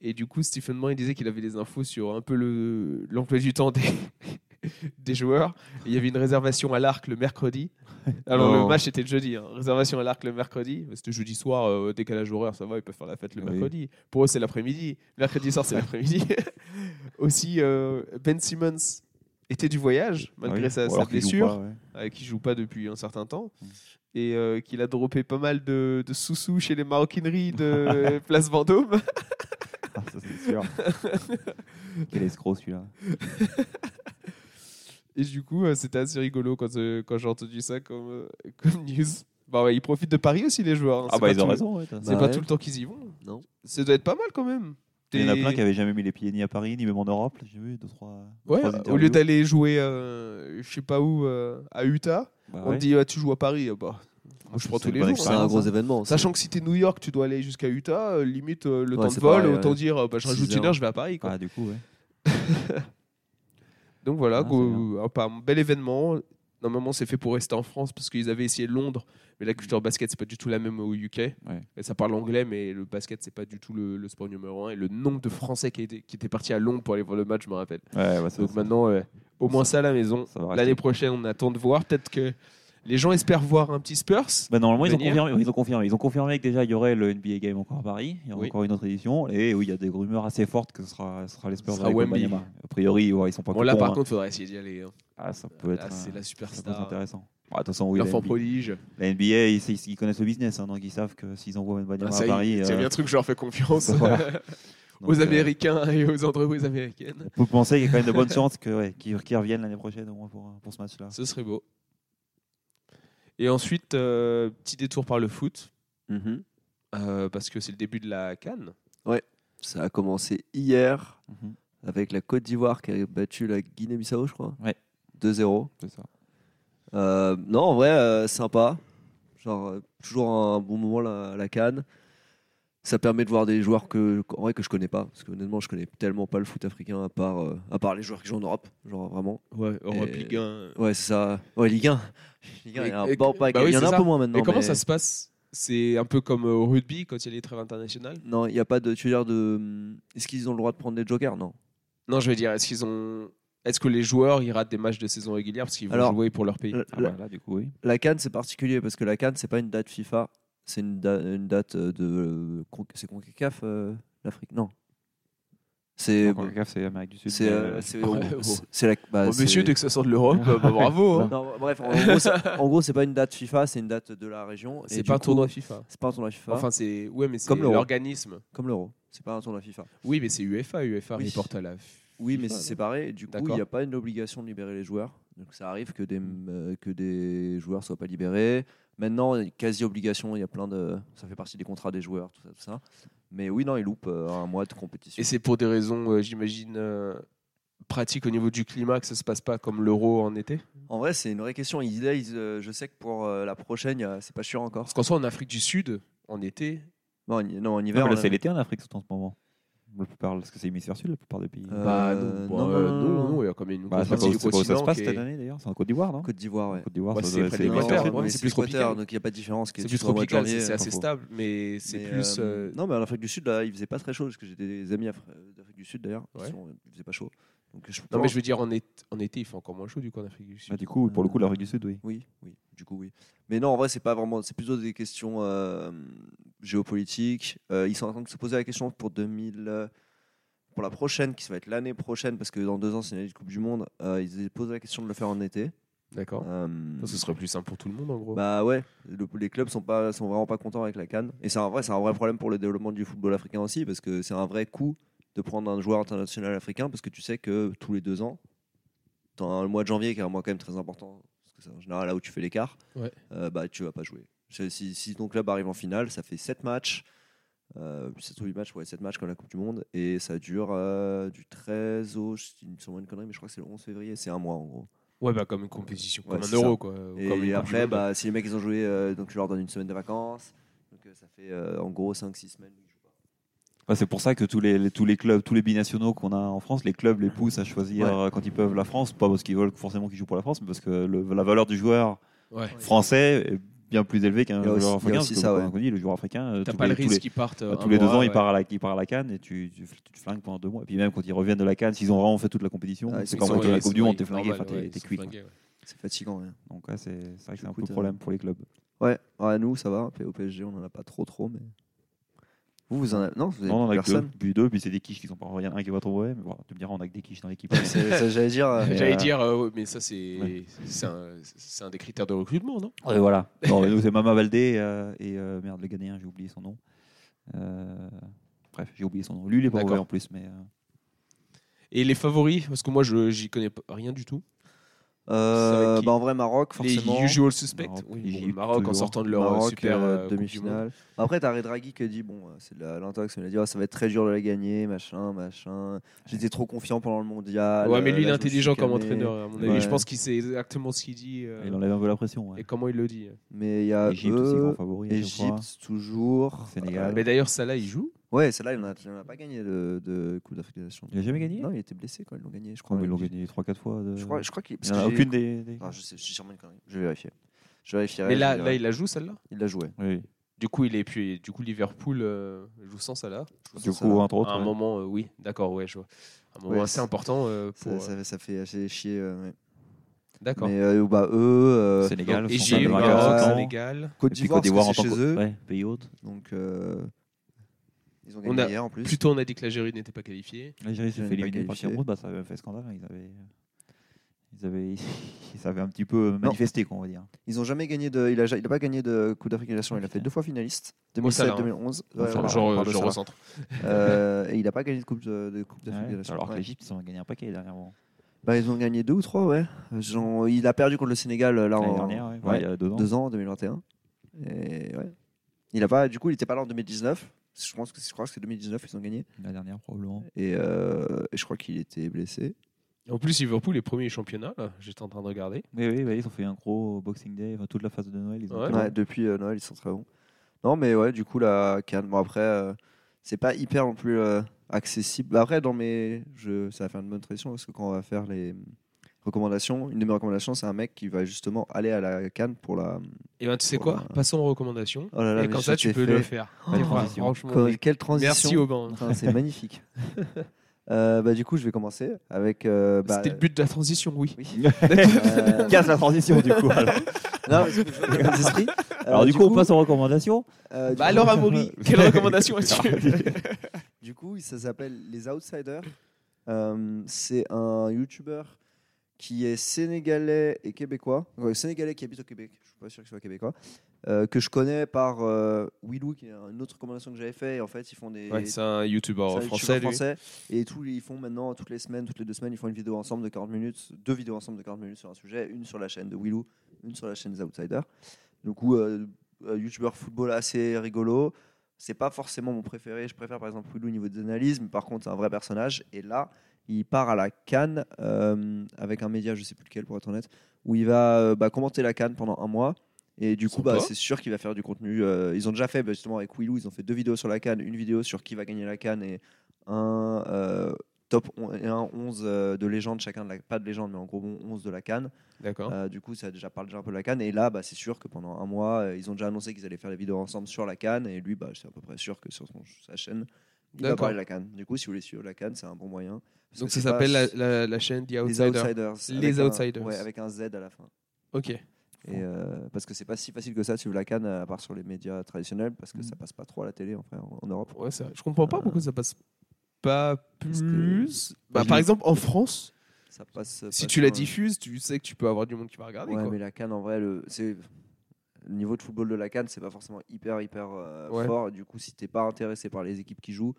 Speaker 1: Et du coup, Stephen Moore, il disait qu'il avait des infos sur un peu le- l'emploi du temps des, des joueurs. Et Il y avait une réservation à l'arc le mercredi. Alors,
Speaker 2: Non.
Speaker 1: le match était le jeudi. hein. Réservation à l'arc le mercredi. Mais C'était jeudi soir, euh, décalage horaire, ça va, ils peuvent faire la fête le
Speaker 2: Oui.
Speaker 1: mercredi. Pour eux, c'est l'après-midi. Mercredi soir, c'est l'après-midi. Aussi, euh, Ben Simmons était du voyage, malgré
Speaker 2: Ah oui.
Speaker 1: sa-
Speaker 2: Ou
Speaker 1: sa
Speaker 2: alors qu'ils jouent
Speaker 1: blessure
Speaker 2: pas, ouais.
Speaker 1: euh, qui joue pas depuis un certain temps
Speaker 2: Mm.
Speaker 1: et euh, qu'il a droppé pas mal de, de sous-sous chez les maroquineries de Place Vendôme.
Speaker 2: Ah, ça, c'est sûr. Quel escroc celui-là. Ah,
Speaker 1: Et du coup, euh, c'était assez rigolo quand, euh, quand j'ai entendu ça comme, euh, comme news. Bah ouais, ils profitent de Paris aussi, les joueurs. hein.
Speaker 2: Ah,
Speaker 1: C'est
Speaker 2: bah
Speaker 1: pas
Speaker 2: ils ont
Speaker 1: tout-
Speaker 2: raison. ouais, t'as-
Speaker 1: C'est
Speaker 3: Bah
Speaker 1: pas
Speaker 3: ouais.
Speaker 1: tout le temps qu'ils y vont.
Speaker 3: Non.
Speaker 1: Ça doit être pas mal quand même.
Speaker 2: Il y en a
Speaker 1: T'es-
Speaker 2: plein qui avaient jamais mis les pieds ni à Paris, ni même en Europe. J'ai vu deux, trois.
Speaker 1: Ouais,
Speaker 2: trois
Speaker 1: euh, au lieu
Speaker 2: interviews.
Speaker 1: d'aller jouer, euh, je sais pas où, euh, à Utah,
Speaker 2: Bah
Speaker 1: on
Speaker 2: ouais.
Speaker 1: te dit ah, tu joues à Paris. Ah bah, moi, je
Speaker 2: c'est
Speaker 1: prends tous
Speaker 2: une
Speaker 1: les
Speaker 2: bonne
Speaker 1: jours.
Speaker 3: C'est
Speaker 2: expérience.
Speaker 1: hein.
Speaker 3: un
Speaker 2: raison,
Speaker 3: gros
Speaker 2: ça.
Speaker 3: événement. ça.
Speaker 1: Sachant que si t'es New York, tu dois aller jusqu'à Utah, euh, limite euh, le
Speaker 3: Ouais,
Speaker 1: temps de
Speaker 3: c'est
Speaker 1: vol,
Speaker 3: pareil,
Speaker 1: autant
Speaker 3: ouais.
Speaker 1: dire euh, bah, je
Speaker 3: Six
Speaker 1: rajoute une
Speaker 3: heures.
Speaker 1: heure, je vais à Paris. Quoi.
Speaker 2: Ah, du coup, ouais.
Speaker 1: Donc voilà,
Speaker 2: Ah,
Speaker 1: go-
Speaker 2: c'est bien.
Speaker 1: un, pas- un bel événement. Normalement, c'est fait pour rester en France parce qu'ils avaient essayé Londres, mais la
Speaker 2: Mm.
Speaker 1: culture basket, c'est pas du tout la même au UK. Et ça parle anglais, mais le basket, c'est pas du tout le, le sport numéro un. Et le nombre de Français qui étaient, qui étaient partis à Londres pour aller voir le match, je me rappelle.
Speaker 2: Ouais, bah, ça,
Speaker 1: Donc
Speaker 2: ça-
Speaker 1: maintenant, euh, au moins ça à la maison.
Speaker 2: ça va rester.
Speaker 1: L'année prochaine, on attend de voir. Peut-être que les gens espèrent voir un petit Spurs.
Speaker 2: Bah, normalement, ils ont,
Speaker 1: venir.
Speaker 2: confirmé, ils ont confirmé. Ils ont confirmé que déjà, il y aurait le NBA Game encore à Paris. Il y aura
Speaker 1: Oui.
Speaker 2: encore une autre édition. Et oui, il y a des rumeurs assez fortes que ce sera, ce sera les Spurs
Speaker 1: Ce sera
Speaker 2: avec
Speaker 1: Wemby.
Speaker 2: Wembanyama. A priori, ouais, ils sont pas
Speaker 1: Bon,
Speaker 2: tout
Speaker 1: là,
Speaker 2: cons,
Speaker 1: par
Speaker 2: hein.
Speaker 1: contre, faudra essayer d'y aller. hein.
Speaker 2: Ah, ça peut être
Speaker 1: Là, c'est la
Speaker 2: euh, ça peut être
Speaker 1: superstar,
Speaker 2: intéressant. Bah, de toute façon, oui, la
Speaker 1: l'enfant
Speaker 2: NBA,
Speaker 1: prodige.
Speaker 2: la NBA, ils, ils- ils connaissent le business. hein, donc, ils savent que s'ils envoient Wembanyama
Speaker 1: Ah,
Speaker 2: à
Speaker 1: ça y est,
Speaker 2: Paris.
Speaker 1: C'est
Speaker 2: euh,
Speaker 1: bien un truc, je leur fais confiance.
Speaker 2: Voilà. donc,
Speaker 1: aux
Speaker 2: euh,
Speaker 1: Américains et aux entreprises américaines.
Speaker 2: On peut penser qu'il y a quand même de bonnes chances que, ouais, qu'ils qu'ils reviennent l'année prochaine au moins pour, euh, pour ce match-là.
Speaker 1: Ce serait beau. Et ensuite, euh, petit détour par le foot,
Speaker 3: Mhm.
Speaker 1: euh, parce que c'est le début de la Cannes.
Speaker 3: Ça a commencé hier
Speaker 2: Mhm.
Speaker 3: avec la Côte d'Ivoire qui a battu la Guinée-Bissau, je crois.
Speaker 2: Ouais.
Speaker 3: 2-0.
Speaker 2: C'est ça.
Speaker 3: Euh, non, en vrai, euh, sympa. Genre, euh, toujours un bon moment la, la canne. Ça permet de voir des joueurs que, en vrai, que je connais pas. Parce que honnêtement, je connais tellement pas le foot africain à part, euh, à part les joueurs qui jouent en Europe. Genre, vraiment.
Speaker 1: Ouais,
Speaker 3: Europe
Speaker 1: et...
Speaker 3: Ligue Ouais, c'est ça. Ouais, Ligue 1. Ligue 1, il y, a un
Speaker 1: Et- et-
Speaker 3: bon paquet.
Speaker 1: bah oui,
Speaker 3: Il y en
Speaker 1: c'est
Speaker 3: a un
Speaker 1: ça.
Speaker 3: peu moins maintenant.
Speaker 1: et comment
Speaker 3: mais-
Speaker 1: ça se passe C'est un peu comme euh, au rugby quand il y a les trêves internationales
Speaker 3: Non, il n'y a pas de. Tu veux dire de. hum, Est-ce qu'ils ont le droit de prendre des jokers Non.
Speaker 1: Non, je veux dire, est-ce qu'ils ont. Est-ce que les joueurs ils ratent des matchs de saison régulière parce qu'ils vont
Speaker 3: Alors, euh,
Speaker 1: jouer pour leur pays
Speaker 3: La,
Speaker 2: Ah, bah, là, du coup, oui.
Speaker 3: la Cannes, c'est particulier parce que la Cannes, c'est pas une date FIFA. C'est une, da- une date euh, de. con- C'est Concacaf, euh, l'Afrique Non. C'est. euh,
Speaker 2: Donc, en CAF, c'est l'Amérique du Sud.
Speaker 3: C'est
Speaker 2: mais,
Speaker 3: euh,
Speaker 2: euh,
Speaker 3: c'est-
Speaker 1: Ouais,
Speaker 3: c'est-
Speaker 1: bon.
Speaker 3: c'est la. bah,
Speaker 1: Oh, Monsieur,
Speaker 3: c'est-
Speaker 1: dès que ça sort de l'Europe, bah, bravo hein.
Speaker 3: Non, bref, en gros, c'est- en gros, c'est pas une date FIFA, c'est une date de la région. et
Speaker 1: C'est
Speaker 3: du
Speaker 1: pas un
Speaker 3: coup,
Speaker 1: tournoi FIFA.
Speaker 3: C'est pas un tournoi FIFA.
Speaker 1: Enfin, c'est. Ouais, mais c'est
Speaker 3: Comme l'Euro.
Speaker 1: l'organisme.
Speaker 3: comme l'euro. C'est pas un tournoi FIFA.
Speaker 1: Oui, mais c'est UEFA. UEFA
Speaker 3: Oui.
Speaker 1: reporte à la.
Speaker 3: Oui, mais
Speaker 1: FIFA,
Speaker 3: c'est
Speaker 1: donc.
Speaker 3: séparé. Et du coup, il
Speaker 1: D'accord.
Speaker 3: n'y a pas une obligation de libérer les joueurs. Donc ça arrive que des, euh, que des joueurs soient pas libérés. Maintenant, il y a quasi obligation, il y a plein de. Ça fait partie des contrats des joueurs, tout ça, tout ça. Mais oui, non, ils loupent euh, un mois de compétition.
Speaker 1: Et c'est pour des raisons, euh, j'imagine, euh, pratique au niveau du climat que ça se passe pas comme l'euro en été
Speaker 3: En vrai, c'est une vraie question. Ils- là, ils, euh, je sais que pour euh, la prochaine, il y a- c'est pas sûr encore.
Speaker 1: Parce qu'en soit en Afrique du Sud, en été,
Speaker 3: Non, en, non, en hiver.
Speaker 2: Non, mais là,
Speaker 3: on a-
Speaker 2: c'est l'été en Afrique surtout en ce moment. La plupart, parce que c'est hémisphère sud, la plupart des pays.
Speaker 3: Euh,
Speaker 1: bah non, bah,
Speaker 3: non,
Speaker 1: euh,
Speaker 3: non, non, non.
Speaker 1: il y a quand même une
Speaker 2: Bah,
Speaker 1: grosse
Speaker 2: c'est pas
Speaker 1: partie
Speaker 2: où
Speaker 1: du
Speaker 2: c'est pas où ça se
Speaker 1: continent
Speaker 2: passe
Speaker 1: qui
Speaker 2: hein,
Speaker 1: est-
Speaker 2: cette année d'ailleurs, c'est en Côte d'Ivoire, non
Speaker 3: Côte d'Ivoire, ouais.
Speaker 2: Côte d'Ivoire,
Speaker 1: Ouais,
Speaker 2: ça
Speaker 1: c'est
Speaker 2: doit-
Speaker 1: près
Speaker 2: c'est
Speaker 1: de
Speaker 3: Non,
Speaker 1: l'Équateur,
Speaker 2: l'Équateur,
Speaker 1: ouais,
Speaker 3: mais
Speaker 1: c'est plus
Speaker 3: l'Équateur,
Speaker 1: tropical.
Speaker 3: donc il n'y a pas de différence. que
Speaker 1: C'est
Speaker 3: tu
Speaker 1: plus
Speaker 3: sois au mois de
Speaker 1: tropical, c'est
Speaker 3: janvier,
Speaker 1: c'est
Speaker 3: euh,
Speaker 1: assez
Speaker 2: pas faux.
Speaker 1: stable, mais c'est
Speaker 3: Mais,
Speaker 1: plus.
Speaker 3: euh,
Speaker 1: euh,
Speaker 3: Non, mais en Afrique du Sud, là, il faisait pas très chaud. Parce que j'ai des amis Afri- euh, d'Afrique du Sud, d'ailleurs. qui
Speaker 1: Ouais.
Speaker 3: sont- Il faisait pas chaud. Donc, je
Speaker 1: Non,
Speaker 3: pense-
Speaker 1: mais je veux dire, en, été- en été, il fait encore moins chaud du coup en Afrique du
Speaker 2: Bah,
Speaker 1: Sud.
Speaker 2: du coup, pour le coup, l'Afrique du Sud, oui.
Speaker 3: Oui, oui, du coup, oui. Mais non, en vrai, c'est pas vraiment. C'est plutôt des questions euh, géopolitiques. Euh, ils sont en train de se poser la question pour 2000. euh, pour la prochaine, qui va être l'année prochaine, parce que dans deux ans, c'est l'année de Coupe du Monde. euh, ils se posent la question de le faire en été.
Speaker 1: D'accord.
Speaker 3: Euh,
Speaker 1: Ça, Ce serait plus simple pour tout le monde en gros.
Speaker 3: bah ouais, le- les clubs sont pas sont vraiment pas contents avec la canne et c'est un vrai c'est un vrai problème pour le développement du football africain aussi parce que c'est un vrai coup de prendre un joueur international africain parce que tu sais que tous les deux ans, dans le mois de janvier qui est un mois quand même très important parce que c'est en général là où tu fais l'écart,
Speaker 1: Ouais.
Speaker 3: euh, bah tu vas pas jouer. C'est- Si, si ton club arrive en finale, ça fait 7 matchs. Euh, 7 ou 8 matchs, ouais, 7 matchs comme la Coupe du Monde et ça dure euh, du 13 au, je dis sûrement une connerie, mais je crois que c'est le 11 février, c'est un mois en gros.
Speaker 1: Ouais, bah comme une compétition,
Speaker 3: Ouais,
Speaker 1: comme un
Speaker 3: c'est
Speaker 1: euro quoi. ou comme
Speaker 3: Et
Speaker 1: une Coupe du
Speaker 3: après,
Speaker 1: Monde.
Speaker 3: bah, si les mecs ils ont joué, euh, donc tu leur donnes une semaine de vacances. Donc euh, ça fait euh, en gros 5-6 semaines. où ils jouent pas.
Speaker 2: Ouais, c'est pour ça que tous les, les- tous les clubs, tous les binationaux qu'on a en France, les clubs les poussent à choisir
Speaker 3: Ouais.
Speaker 2: euh, quand ils peuvent la France, pas parce qu'ils veulent forcément qu'ils jouent pour la France, mais parce que le- la valeur du joueur
Speaker 1: ouais.
Speaker 2: français est bien plus élevée qu'un
Speaker 3: Il y a
Speaker 2: joueur
Speaker 3: aussi- il y a
Speaker 2: africain.
Speaker 3: aussi
Speaker 2: parce que,
Speaker 3: ça, ouais.
Speaker 2: comme on dit, le joueur africain, euh,
Speaker 1: T'as
Speaker 2: tous
Speaker 1: pas
Speaker 2: les-
Speaker 1: le
Speaker 2: tous
Speaker 1: risque
Speaker 2: les-
Speaker 1: qu'ils partent. euh,
Speaker 2: Bah,
Speaker 1: un
Speaker 2: tous les deux
Speaker 1: mois,
Speaker 2: ans,
Speaker 1: ouais.
Speaker 2: ils partent à la, ils partent à la Cannes et tu, tu, tu te flingues pendant deux mois. Et puis même quand ils reviennent de la Cannes, s'ils ont vraiment fait toute la compétition,
Speaker 3: Ah, ils
Speaker 2: c'est
Speaker 3: sont
Speaker 2: quand
Speaker 3: flingués,
Speaker 2: même la
Speaker 3: ils
Speaker 2: Coupe du Monde, t'es flingué, enfin, t'es t'es cuit. quoi.
Speaker 3: C'est fatigant. hein.
Speaker 2: Donc ouais, c'est c'est vrai que c'est un peu
Speaker 3: Écoute,
Speaker 2: le problème pour les clubs.
Speaker 3: Ouais. ouais, nous ça va. Au PSG, on en a pas trop trop. mais Vous, vous en avez. Non, vous avez
Speaker 2: Non, on en a que deux,
Speaker 3: personne.
Speaker 2: puis deux, puis c'est des quiches qui sont pas, il y en a un qui va trop mauvais, mais bon, tu me diras, on a que des quiches dans l'équipe.
Speaker 3: C'est- c'est- J'allais dire. euh,
Speaker 2: Mais,
Speaker 1: J'allais
Speaker 2: euh,
Speaker 1: dire, euh, ouais, mais ça c'est
Speaker 2: ouais.
Speaker 1: c'est un, c'est un des critères de recrutement, non
Speaker 2: Et voilà. Non, mais nous, c'est Mama Valdé euh, et euh, merde, le Ghanéen, j'ai oublié son nom. Euh, bref, j'ai oublié son nom. Lui, il est pas
Speaker 1: D'accord.
Speaker 2: mauvais en plus, mais. euh,
Speaker 1: Et les favoris, parce que moi je j'y connais pas- rien du tout.
Speaker 3: euh,
Speaker 1: Ça va qui
Speaker 3: bah, en vrai, Maroc, forcément.
Speaker 1: Les usual suspects,
Speaker 2: Maroc,
Speaker 1: oui,
Speaker 2: Égypte,
Speaker 1: bon, Maroc en
Speaker 2: toujours.
Speaker 1: sortant de leur euh,
Speaker 3: Maroc,
Speaker 1: super
Speaker 3: euh,
Speaker 1: euh, Coupe du Monde.
Speaker 3: demi-finale. Après, t'as Redraghi qui dit bon, euh, c'est de la- l'intox, mais il a dit oh, ça va être très dur de la gagner, machin, machin. J'étais trop confiant pendant le mondial.
Speaker 1: Ouais, mais
Speaker 3: euh,
Speaker 1: lui il est
Speaker 3: là, je me suis
Speaker 1: intelligent comme
Speaker 3: calmé.
Speaker 1: entraîneur, à mon avis.
Speaker 3: Ouais.
Speaker 1: Je pense qu'il sait exactement ce qu'il dit euh,
Speaker 2: Il enlève un peu la pression. Ouais.
Speaker 1: et comment il le dit.
Speaker 3: Mais il y a
Speaker 2: Égypte, aussi grand
Speaker 3: eux,
Speaker 2: favori. hein, je crois.
Speaker 3: euh, Égypte toujours. Euh,
Speaker 2: Sénégal.
Speaker 1: Mais d'ailleurs, Salah il joue.
Speaker 3: Ouais, celle-là, il n'en a, il en a pas gagné de, de Coupe d'Afrique des Nations.
Speaker 2: Il a jamais gagné
Speaker 3: Non, il était blessé quand ils l'ont gagné, je crois.
Speaker 2: Oh, mais Ils l'ont gagné 3-4 fois. de-
Speaker 3: Je crois, je crois qu'il.
Speaker 2: Il
Speaker 3: parce
Speaker 2: n'y en a
Speaker 3: que j'ai-
Speaker 2: aucune des. des-
Speaker 3: Ah, je sais, je suis sûrement une connerie. Je vais vérifier. Je vérifierai.
Speaker 1: Mais
Speaker 3: je
Speaker 1: là,
Speaker 3: verrai.
Speaker 1: là il la joue celle-là
Speaker 3: il l'a joué.
Speaker 2: Oui.
Speaker 1: Du coup, il est puis du coup Liverpool euh, joue sans Salah.
Speaker 2: Du
Speaker 3: Ça, ça va.
Speaker 2: coup, hein. entre autres.
Speaker 1: à un
Speaker 2: ouais.
Speaker 1: moment, euh, oui, d'accord, ouais, je vois. Un moment
Speaker 3: Ouais,
Speaker 1: assez
Speaker 3: c'est-
Speaker 1: important euh,
Speaker 3: Ça,
Speaker 1: pour. euh,
Speaker 3: ça, fait- ça fait assez chier. euh, ouais.
Speaker 1: D'accord.
Speaker 3: Mais euh, bah, eux, euh,
Speaker 2: Sénégal,
Speaker 1: Et
Speaker 2: France,
Speaker 1: j'ai eu
Speaker 2: Allemagne,
Speaker 1: Maroc,
Speaker 2: Argentine.
Speaker 1: Sénégal.
Speaker 3: Côte
Speaker 2: Et puis
Speaker 3: d'Ivoire, parce que
Speaker 2: en
Speaker 3: c'est
Speaker 2: tant
Speaker 3: chez
Speaker 2: que-
Speaker 3: eux.
Speaker 2: Ouais, pays hôte.
Speaker 3: Donc, euh, ils ont
Speaker 1: On
Speaker 3: gagné
Speaker 1: a
Speaker 3: hier en plus.
Speaker 1: Plus tôt on a dit que l'Algérie n'était pas qualifiée.
Speaker 2: L'Algérie s'est fait
Speaker 3: Ils n'ont pas
Speaker 2: éliminer par
Speaker 3: qualifié.
Speaker 2: Cameroun, bah, ça avait fait scandale. hein, Ils avaient. Ils avaient, ils avaient un petit peu manifesté, quoi, on va dire.
Speaker 3: Ils ont jamais gagné de. Il a, ja- il a pas gagné de Coupe d'Afrique des Nations.
Speaker 1: Ah,
Speaker 3: Il a fait deux fois finaliste.
Speaker 1: Mo Salah,
Speaker 3: 2007,
Speaker 1: hein.
Speaker 3: 2011.
Speaker 2: Mo
Speaker 3: Ouais,
Speaker 2: Salah.
Speaker 3: ouais,
Speaker 1: Genre,
Speaker 3: on parle de
Speaker 1: je
Speaker 3: Salah.
Speaker 1: recentre.
Speaker 3: Euh, et il a pas gagné de Coupe de, de coupe d'Afrique
Speaker 2: Ouais,
Speaker 3: des Nations.
Speaker 2: alors que
Speaker 3: Ouais.
Speaker 2: l'Égypte, ils en ont gagné un paquet dernièrement.
Speaker 3: Bah, ils ont gagné deux ou trois, ouais. Ils ont- Il a perdu contre le Sénégal euh, là
Speaker 2: L'année
Speaker 3: en
Speaker 2: dernière, ouais.
Speaker 3: ouais,
Speaker 2: Ouais, il y a deux ans.
Speaker 3: deux ans, en 2021. Et ouais. Il a pas, du coup, il était pas là en 2019. Je pense que je crois que c'est 2019 ils ont gagné.
Speaker 2: La dernière, probablement.
Speaker 3: Et, euh, et je crois qu'il était blessé.
Speaker 1: En plus, Liverpool est premier championnat, là. J'étais en train de regarder.
Speaker 2: Oui, oui, bah, ils ont fait un gros Boxing Day, enfin, toute la phase de Noël. Ils ont
Speaker 1: Ouais.
Speaker 2: été
Speaker 3: Ouais,
Speaker 2: là.
Speaker 3: depuis euh, Noël, ils sont très bons. Non, mais ouais, du coup, la Cannes. Bon, après, euh, c'est pas hyper non plus euh, accessible. Bah, Après, dans mes jeux, ça va faire une bonne tradition parce que quand on va faire les hum, recommandations, une de mes recommandations, c'est un mec qui va justement aller à la Cannes pour la.
Speaker 1: Et ben, tu sais quoi
Speaker 3: Voilà.
Speaker 1: Passons aux recommandations.
Speaker 3: Oh là là,
Speaker 1: et
Speaker 3: mais
Speaker 1: comme
Speaker 3: je
Speaker 1: ça, tu
Speaker 3: t'ai
Speaker 1: peux
Speaker 3: fait.
Speaker 1: le faire.
Speaker 2: Oh,
Speaker 1: T'es pas-
Speaker 2: transition.
Speaker 1: franchement,
Speaker 3: Quoi-
Speaker 1: mais-
Speaker 3: quelle transition
Speaker 1: merci Aubin.
Speaker 3: Putain, C'est magnifique. Euh, bah, du coup, je vais commencer avec. euh, bah,
Speaker 1: C'était le but de la transition, oui.
Speaker 3: Oui.
Speaker 2: Euh, Casse la transition, du coup. Alors,
Speaker 3: Non, parce que je vois qu'il y a des esprits.
Speaker 2: Alors, du coup, on passe aux recommandations.
Speaker 3: euh, du
Speaker 1: Bah
Speaker 3: coup-
Speaker 1: alors, Amaury, quelle recommandation as-tu
Speaker 3: Du coup, ça s'appelle Les Outsiders. Euh, c'est un YouTuber qui est sénégalais et québécois. Ouais, sénégalais qui habite au Québec. Je suis pas sûr qu'il soit québécois. Euh, que je connais par euh, Willou, qui est une autre recommandation que j'avais fait. Et en fait, ils font des.
Speaker 1: Ouais, C'est un
Speaker 3: c'est un
Speaker 1: youtubeur
Speaker 3: youtubeur
Speaker 1: bah, français, lui.
Speaker 3: français. Et tous, ils font maintenant, toutes les semaines, toutes les deux semaines, ils font une vidéo ensemble de 40 minutes, deux vidéos ensemble de 40 minutes sur un sujet, une sur la chaîne de Willou, euh, une sur la chaîne des Outsiders. Du coup, euh, un youtubeur football assez rigolo. C'est pas forcément mon préféré. Je préfère par exemple Willou au niveau des analyses, mais par contre, c'est un vrai personnage. Et là, il part à la Cannes euh, avec un média, je sais plus lequel pour être honnête, où il va euh, bah, commenter la Cannes pendant un mois. Et du coup,
Speaker 1: Sympa.
Speaker 3: bah, c'est sûr qu'il va faire du contenu. euh, ils ont déjà fait, bah, justement, avec Willou, ils ont fait deux vidéos sur la Cannes, une vidéo sur qui va gagner la Cannes et un euh, top on- et un 11 euh, de légende, chacun de la, pas de légende, mais en gros, bon, 11 de la Cannes.
Speaker 1: D'accord.
Speaker 3: Euh, du coup, ça déjà parle déjà un peu de la canne. Et là, bah, c'est sûr que pendant un mois, euh, ils ont déjà annoncé qu'ils allaient faire des vidéos ensemble sur la canne. Et lui, bah, c'est à peu près sûr que sur son- sa chaîne, il va
Speaker 1: D'accord.
Speaker 3: parler de la canne. Du coup, si vous voulez suivre la canne, c'est un bon moyen. Parce
Speaker 1: Donc
Speaker 3: que
Speaker 1: ça
Speaker 3: c'est pas
Speaker 1: s'appelle la,
Speaker 3: s-
Speaker 1: la- la chaîne The
Speaker 3: Les
Speaker 1: Outsider.
Speaker 3: Outsiders.
Speaker 1: Les
Speaker 3: avec un-
Speaker 1: Outsiders.
Speaker 3: ouais, avec un Z à la fin.
Speaker 1: Ok.
Speaker 3: Et, euh, parce que c'est pas si facile que ça de suivre la canne, euh, à part sur les médias traditionnels, parce que
Speaker 1: Mm.
Speaker 2: Mhm.
Speaker 3: ça passe pas trop à la télé enfin, en, en Europe.
Speaker 1: Ouais, ça, je comprends pas pourquoi ça passe pas
Speaker 3: Parce que-
Speaker 1: plus. Bah,
Speaker 3: Bah, je
Speaker 1: par
Speaker 3: l'ai-
Speaker 1: exemple, en France,
Speaker 3: Ça passe.
Speaker 1: si
Speaker 3: pas euh,
Speaker 1: tu la
Speaker 3: sur un-
Speaker 1: diffuses, tu sais que tu peux avoir du monde qui va regarder.
Speaker 3: Ouais,
Speaker 1: Ah quoi.
Speaker 3: mais la Cannes, en vrai, le, c'est, le niveau de football de la Cannes, c'est pas forcément hyper, hyper euh,
Speaker 1: Ouais.
Speaker 3: fort. Du coup, si t'es pas intéressé par les équipes qui jouent,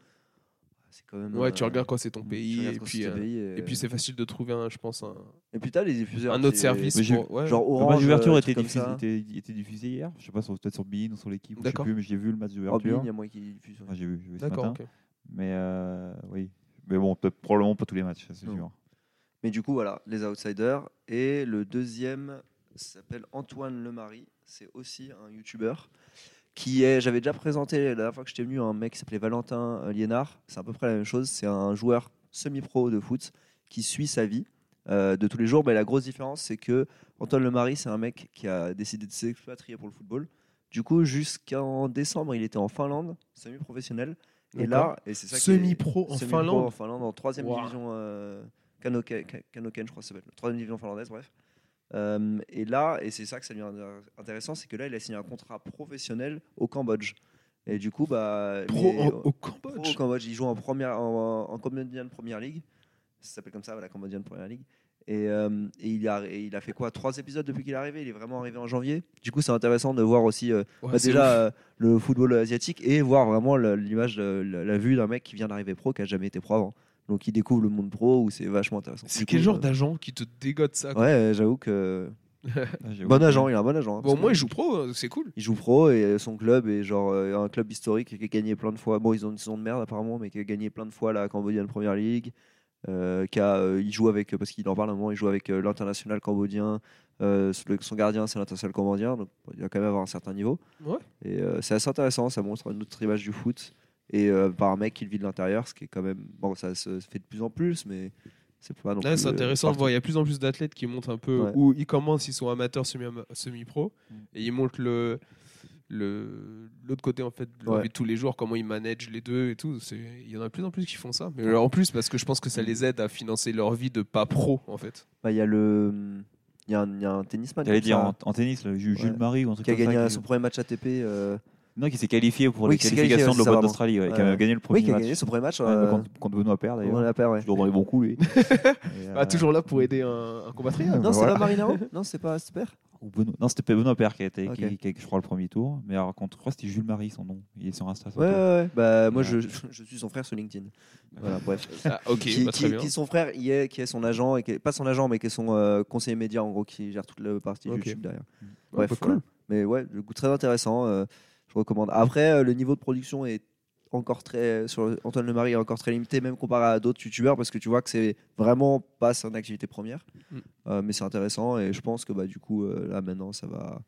Speaker 3: c'est quand même.
Speaker 1: Ouais, tu
Speaker 3: euh,
Speaker 1: regardes quand c'est ton
Speaker 2: tu
Speaker 3: tu
Speaker 1: pays.
Speaker 3: regardes
Speaker 1: Et
Speaker 3: quand
Speaker 1: puis,
Speaker 3: c'est
Speaker 1: euh,
Speaker 3: ton pays et,
Speaker 1: et puis c'est facile de trouver, un, je pense, un,
Speaker 3: et puis t'as les diffuseurs.
Speaker 1: un autre
Speaker 3: qui-
Speaker 1: service.
Speaker 2: Mais j'ai-
Speaker 1: pour- ouais.
Speaker 3: Genre
Speaker 2: Le match
Speaker 3: Orange.
Speaker 2: d'ouverture
Speaker 3: euh,
Speaker 2: était,
Speaker 3: trucs comme
Speaker 2: diffusé-
Speaker 3: ça.
Speaker 2: était- était diffusé hier. Je sais pas, sur- peut-être sur Bein ou sur l'équipe. Je sais
Speaker 1: D'accord.
Speaker 2: plus, mais j'ai vu le match d'ouverture.
Speaker 3: Robin, il y a moi qui diffuse. ouais.
Speaker 2: Enfin, j'ai vu, j'ai vu ce
Speaker 1: D'accord.
Speaker 2: matin.
Speaker 1: ok.
Speaker 2: Mais euh, oui. Mais bon, peut- probablement pas tous les matchs, ça, c'est
Speaker 3: Non.
Speaker 2: sûr.
Speaker 3: Mais du coup, voilà, les Outsiders. Et le deuxième s'appelle Antoine Lemari. C'est aussi un YouTuber qui est. J'avais déjà présenté la dernière fois que j'étais venu un mec qui s'appelait Valentin euh, Liénard. C'est à peu près la même chose. C'est un joueur semi-pro de foot qui suit sa vie euh, de tous les jours. Mais la grosse différence, c'est que Antoine Lemari, c'est un mec qui a décidé de s'expatrier pour le football. Du coup, jusqu'en décembre, il était en Finlande, semi-professionnel. Et
Speaker 1: D'accord.
Speaker 3: là, et c'est ça qui est-
Speaker 1: Semi-pro en
Speaker 3: semi-pro
Speaker 1: Finlande.
Speaker 3: en Finlande, en troisième
Speaker 1: Wow.
Speaker 3: division euh, Kanoken, Ka- Kanoken, je crois que ça s'appelle, la troisième division finlandaise, bref. Euh, et là, et c'est ça que ça devient intér- intéressant, c'est que là, il a signé un contrat professionnel au Cambodge. Et du coup, bah,
Speaker 1: Pro
Speaker 3: mais-
Speaker 1: en- au
Speaker 3: pro
Speaker 1: Cambodge.
Speaker 3: au Cambodge, il joue en première, en, en Cambodian Premier League. Ça s'appelle comme ça, la Cambodian Premier League. Et, euh, et il, a, et il a fait quoi Trois épisodes depuis qu'il est arrivé. Il est vraiment arrivé en janvier. Du coup, c'est intéressant de voir aussi euh,
Speaker 1: Ouais,
Speaker 3: bah,
Speaker 1: c'est
Speaker 3: déjà
Speaker 1: ouf.
Speaker 3: euh, le football asiatique et voir vraiment le- l'image, de- la, la vue d'un mec qui vient d'arriver pro, qui a jamais été pro avant. Donc il découvre le monde pro où c'est vachement intéressant.
Speaker 1: C'est
Speaker 3: Du
Speaker 1: quel
Speaker 3: coup,
Speaker 1: genre
Speaker 3: euh,
Speaker 1: d'agent qui te dégote ça quoi
Speaker 3: Ouais, euh, j'avoue que
Speaker 2: Ah, j'ai
Speaker 3: bon
Speaker 2: oublié.
Speaker 3: agent, il a un bon agent.
Speaker 1: Bon,
Speaker 3: hein, parce
Speaker 1: au moins,
Speaker 3: que
Speaker 1: il joue pro, euh, c'est cool.
Speaker 3: il joue pro et son club est genre euh, un club historique qui a gagné plein de fois. Bon, ils ont une saison de merde apparemment, mais qui a gagné plein de fois la Cambodian Premier League. Euh, qui a, euh, il joue avec parce qu'il en parle à un moment, il joue avec euh, l'international cambodgien. Euh, le- son gardien, c'est l'international cambodgien, donc bon, il va quand même avoir un certain niveau.
Speaker 1: Ouais.
Speaker 3: Et euh, c'est assez intéressant, ça montre une autre image du foot. Et euh, par un mec qui le vit de l'intérieur, ce qui est quand même. Bon, ça se fait de plus en plus, mais c'est pas non
Speaker 1: Là,
Speaker 3: plus,
Speaker 1: c'est
Speaker 3: euh,
Speaker 1: intéressant de
Speaker 3: partout.
Speaker 1: voir. Il y a plus en plus d'athlètes qui montent un peu
Speaker 3: Ouais.
Speaker 1: où ils commencent, ils sont amateurs semi-ama- semi-pro
Speaker 2: Mm.
Speaker 1: et ils montent le le- l'autre côté en fait de la
Speaker 3: Ouais.
Speaker 1: vie de tous les jours comment ils managent les deux et tout C'est- il y en a de plus en plus qui font ça mais alors, en plus parce que je pense que ça les aide à financer leur vie de pas pro en fait
Speaker 3: Bah, Il y a le. Il y a un, il y a un tennisman
Speaker 2: T'allais
Speaker 3: comme
Speaker 2: dire
Speaker 3: ça,
Speaker 2: en, en tennis, le Ju-
Speaker 3: Ouais.
Speaker 2: Jules Marie ou un truc
Speaker 3: qui a
Speaker 2: comme
Speaker 3: gagné
Speaker 2: ça,
Speaker 3: son premier match ATP. euh,
Speaker 2: Non, qui s'est qualifié pour
Speaker 3: Oui,
Speaker 2: les
Speaker 3: qui s'est
Speaker 2: qualifications
Speaker 3: qualifié,
Speaker 2: de
Speaker 3: c'est ça,
Speaker 2: l'Open
Speaker 3: vraiment.
Speaker 2: d'Australie. ouais, Qui
Speaker 3: Ouais.
Speaker 2: a gagné le premier
Speaker 3: Oui, qui a
Speaker 2: match.
Speaker 3: gagné son premier match.
Speaker 2: Ouais,
Speaker 3: euh,
Speaker 2: contre, contre Benoît Paire
Speaker 3: on
Speaker 2: d'ailleurs.
Speaker 3: l'a perdu, ouais.
Speaker 2: Toujours dans les bons coups, lui. Et, euh,
Speaker 1: Bah, toujours là pour aider un, un compatriote
Speaker 3: mm. Non, c'est
Speaker 2: Voilà.
Speaker 3: pas Marinao Non, c'est pas Super
Speaker 2: ou Benoît- Non, c'était Benoît Paire qui a été, qui-
Speaker 3: Ok.
Speaker 2: qui a- je crois, le premier tour. Mais alors, contre, je crois que c'était Jules Marie son nom. Il est sur Insta. surtout.
Speaker 3: Ouais, ouais, ouais. Bah, moi,
Speaker 2: Ouais.
Speaker 3: je, je suis son frère sur LinkedIn. Voilà, bref.
Speaker 1: Ah, ok
Speaker 3: qui,
Speaker 1: bah, très
Speaker 3: qui-
Speaker 1: bien
Speaker 3: qui son frère y est, qui est son agent, et qui est- pas son agent, mais qui est son euh, conseiller média, en gros, qui gère toute la partie
Speaker 1: Ok.
Speaker 3: YouTube derrière.
Speaker 1: Ah,
Speaker 3: Bref,
Speaker 1: bah, cool.
Speaker 3: voilà. Mais ouais, le goût très intéressant, euh, je recommande. Après, euh, le niveau de production est encore très. Sur Antoine Lemari est encore très limité, même comparé à d'autres youtubeurs, parce que tu vois que c'est vraiment pas son activité première.
Speaker 1: Mm.
Speaker 3: Euh, mais c'est intéressant, et je pense que bah, du coup, euh, là maintenant, ça va.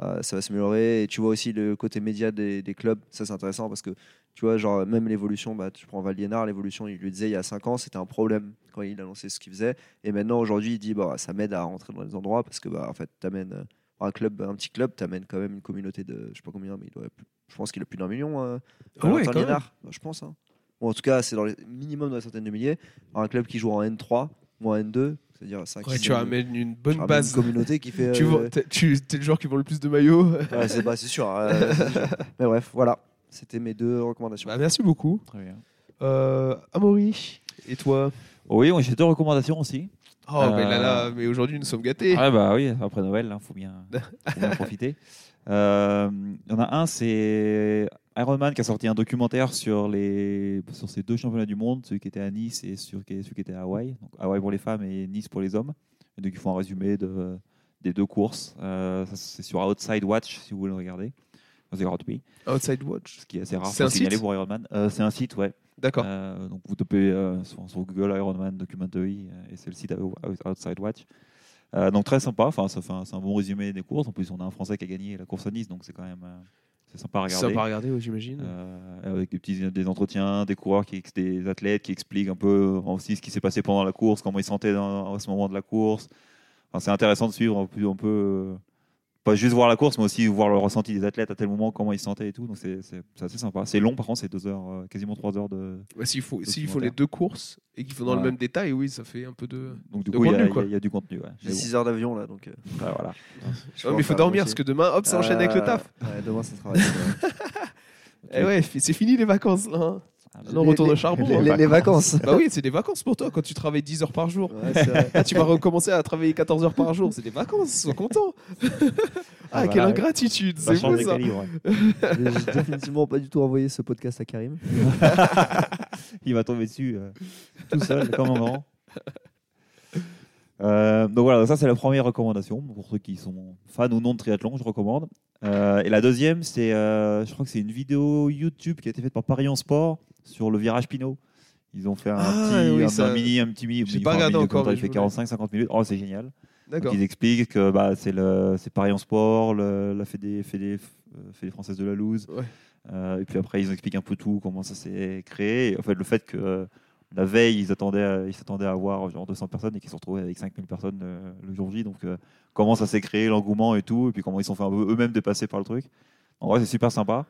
Speaker 3: euh, ça va s'améliorer et tu vois aussi le côté média des, des clubs ça c'est intéressant parce que tu vois genre même l'évolution bah, tu prends Valiénard l'évolution il lui disait il y a 5 ans c'était un problème quand il annonçait ce qu'il faisait et maintenant aujourd'hui il dit bah, ça m'aide à rentrer dans les endroits parce que bah, en fait t'amènes euh, un club, un petit club, t'amène quand même une communauté de, je sais pas combien, mais il doit, plus- je pense qu'il a plus d'un million. euh,
Speaker 1: Ah ouais,
Speaker 3: Valentin
Speaker 1: quand même.
Speaker 3: Liénard, je pense. hein. Ou en tout cas, c'est dans les minimum dans les centaines de milliers. Un club qui joue en N3 ou en N2, c'est-à-dire 5
Speaker 1: Ouais, tu ramènes une bonne
Speaker 3: Une
Speaker 1: base
Speaker 3: communauté qui fait.
Speaker 1: tu
Speaker 3: euh,
Speaker 1: vois t'es- tu es le joueur qui vend le plus de maillots
Speaker 3: ouais, c'est bah, c'est sûr. euh, c'est sûr. Mais bref, voilà. C'était mes deux recommandations.
Speaker 1: Bah, merci beaucoup
Speaker 2: Très bien.
Speaker 1: euh, Amaury et toi
Speaker 2: Oui, on- j'ai deux recommandations aussi.
Speaker 1: Oh, mais là, là, mais aujourd'hui, nous sommes gâtés.
Speaker 2: Ah bah oui, après Noël, il faut bien, faut bien profiter. Euh, Il y en a un, c'est Iron Man qui a sorti un documentaire sur, les, sur ces deux championnats du monde, celui qui était à Nice et sur, qui- celui qui était à Hawaï. Donc Hawaï pour les femmes et Nice pour les hommes. Et donc ils font un résumé de, des deux courses. Euh, ça, c'est sur Outside Watch si vous voulez le regarder. c'est gratuit,
Speaker 1: Outside Watch.
Speaker 2: ce qui est assez rare.
Speaker 1: C'est un
Speaker 2: faut signaler
Speaker 1: site
Speaker 2: pour Iron Man. Euh, c'est un site, ouais.
Speaker 1: D'accord.
Speaker 2: Euh, donc vous tapez euh, sur, sur Google Iron Man Documentary euh, et c'est le site Out- Out- Outside Watch. Euh, donc très sympa, enfin, ça fait un, c'est un bon résumé des courses. En plus, on a un Français qui a gagné la course à Nice, donc c'est quand même euh, c'est sympa à
Speaker 1: C'est
Speaker 2: regarder.
Speaker 1: sympa à regarder, ouais, j'imagine.
Speaker 2: Euh, avec des, petits, des entretiens, des coureurs, qui, ex- des athlètes qui expliquent un peu euh, aussi ce qui s'est passé pendant la course, comment ils se sentaient dans- à ce moment de la course. Enfin, c'est intéressant de suivre un peu, un peu, euh, pas juste voir la course, mais aussi voir le ressenti des athlètes à tel moment, comment ils se sentaient et tout. Donc c'est c'est- c'est assez sympa. C'est long, par contre, c'est deux heures, euh, quasiment trois heures de.
Speaker 1: Ouais, S'il faut, s'il faut
Speaker 2: documentaire.
Speaker 1: les deux courses et qu'ils font dans le
Speaker 2: Ouais.
Speaker 1: même détail, oui, ça fait un peu de.
Speaker 2: Donc du
Speaker 1: De
Speaker 2: coup, il y, a-
Speaker 1: contenu,
Speaker 2: il y
Speaker 1: quoi.
Speaker 2: a- il y a du contenu. Ouais. Mais
Speaker 3: J'ai 6 heures d'avion là, donc. euh,
Speaker 2: bon, bah, voilà.
Speaker 3: je
Speaker 1: Ouais,
Speaker 3: vais
Speaker 1: mais
Speaker 3: en
Speaker 1: il faut
Speaker 3: faire
Speaker 1: dormir
Speaker 3: la
Speaker 1: parce que demain, hop, ça enchaîne avec le taf.
Speaker 3: moitié. Euh, Ouais, demain, ça euh, travaille. ouais.
Speaker 1: Eh ouais, fi- c'est fini les vacances là. hein. Non, retourne au charbon.
Speaker 3: les,
Speaker 1: hein.
Speaker 3: les- les vacances.
Speaker 1: Bah oui, c'est des vacances pour toi quand tu travailles 10 heures par jour.
Speaker 3: Ouais, c'est vrai.
Speaker 1: Là, tu vas recommencer à travailler 14 heures par jour. C'est des vacances, sois content. ah,
Speaker 2: Ah,
Speaker 1: quelle
Speaker 2: voilà.
Speaker 1: ingratitude,
Speaker 2: Ça
Speaker 1: c'est
Speaker 2: change
Speaker 1: fou ça.
Speaker 2: d'équilibre, ouais.
Speaker 3: J'ai j'ai définitivement pas du tout envoyé ce podcast à Karim.
Speaker 2: Il va tomber dessus euh, tout seul, comme un grand. Euh, donc voilà, ça c'est la première recommandation pour ceux qui sont fans ou non de triathlon, je recommande. Euh, et la deuxième, c'est, euh, je crois que c'est une vidéo YouTube qui a été faite par Paris en Sport sur le virage Pinot. Ils ont fait un
Speaker 1: Ah,
Speaker 2: petit,
Speaker 1: oui,
Speaker 2: un,
Speaker 1: ça-
Speaker 2: un mini, un petit mini.
Speaker 1: J'ai
Speaker 2: enfin,
Speaker 1: pas
Speaker 2: un
Speaker 1: regardé
Speaker 2: mini
Speaker 1: encore,
Speaker 2: documentaire,
Speaker 1: mais
Speaker 2: Il fait
Speaker 1: je voulais.
Speaker 2: 45-50 minutes. Oh, c'est génial. Donc,
Speaker 1: D'accord.
Speaker 2: ils expliquent que bah, c'est le c'est Paris en sport, le- la Fédé, Fédé, euh, Fédé française de la loose.
Speaker 1: Ouais.
Speaker 2: Euh, et puis après, ils expliquent un peu tout, comment ça s'est créé. Et, en fait, le fait que euh, la veille, ils attendaient, à- ils s'attendaient à avoir genre 200 personnes et qu'ils se sont retrouvés avec 5000 personnes euh, le jour J. Donc, euh, comment ça s'est créé, l'engouement et tout, et puis comment ils se sont fait un peu eux-mêmes dépasser par le truc. En vrai, c'est super sympa.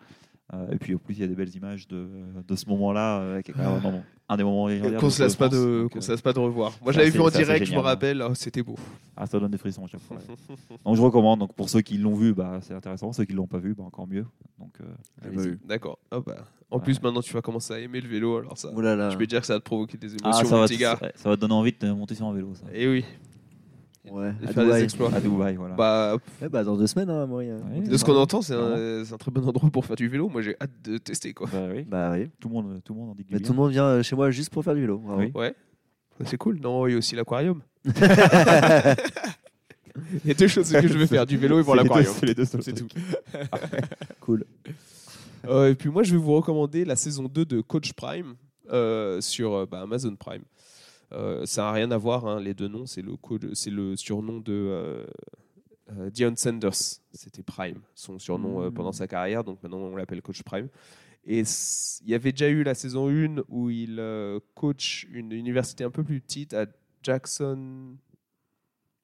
Speaker 2: Euh, et puis, en plus, il y a des belles images de, de ce moment-là, euh, qui est quand même vraiment un des moments légendaires
Speaker 1: Ah. Qu'on
Speaker 2: du
Speaker 1: se
Speaker 2: Tour
Speaker 1: lasse pas
Speaker 2: France.
Speaker 1: de,
Speaker 2: Donc,
Speaker 1: qu'on
Speaker 2: euh,
Speaker 1: se lasse pas de revoir. Moi,
Speaker 2: ça,
Speaker 1: je l'avais vu
Speaker 2: c'est-
Speaker 1: en
Speaker 2: ça, c'est
Speaker 1: direct, je me
Speaker 2: génial.
Speaker 1: rappelle. ah, C'était beau.
Speaker 2: Ah, ça donne des frissons à chaque fois. ouais. Donc je recommande. Donc pour ceux qui l'ont vu, bah, c'est intéressant. Ceux qui l'ont pas vu, bah, encore mieux. Donc euh, allez-y.
Speaker 1: D'accord. Ah bah. En
Speaker 2: Ouais.
Speaker 1: plus, maintenant, tu vas commencer à aimer le vélo. Alors ça,
Speaker 3: Oh là là.
Speaker 1: je peux te dire que ça va te provoquer des
Speaker 2: Ah,
Speaker 1: émotions,
Speaker 2: ça,
Speaker 1: mon
Speaker 2: va
Speaker 1: petit gars.
Speaker 2: te- ouais, ça va te donner envie de monter sur un vélo, ça.
Speaker 1: Et oui,
Speaker 3: Ouais,
Speaker 1: de
Speaker 3: à
Speaker 1: faire des
Speaker 3: Dubaï.
Speaker 1: exploits.
Speaker 2: À Dubaï, voilà.
Speaker 1: Bah,
Speaker 3: Ouais, bah, dans deux semaines, hein, à Maurice, hein.
Speaker 2: Ouais.
Speaker 1: de ce qu'on entend, c'est un,
Speaker 2: Vraiment.
Speaker 1: c'est un très bon endroit pour faire du vélo. Moi, j'ai hâte de tester quoi.
Speaker 2: Bah oui.
Speaker 3: Bah oui.
Speaker 2: Tout le monde, tout le monde en dit que hein.
Speaker 3: Mais
Speaker 2: du
Speaker 3: tout le monde vient euh, chez moi juste pour faire du vélo. vraiment.
Speaker 2: Oui.
Speaker 1: Ouais, c'est cool. Non, il y a aussi l'aquarium. Il y a deux choses que je vais faire du vélo et pour
Speaker 2: C'est les deux-
Speaker 1: l'aquarium.
Speaker 2: C'est les deux seuls
Speaker 1: C'est tout.
Speaker 2: trucs.
Speaker 3: Cool.
Speaker 1: Euh, et puis moi, je vais vous recommander la saison 2 de Coach Prime euh, sur euh, bah, Amazon Prime. Euh, ça n'a rien à voir, hein, les deux noms. C'est le, co- c'est le surnom de euh, euh, Dion Sanders. C'était Prime, son surnom euh,
Speaker 2: Mm.
Speaker 1: pendant sa carrière. Donc maintenant, on l'appelle Coach Prime. Et c- il y avait déjà eu la saison 1 où il euh, coach une université un peu plus petite à Jackson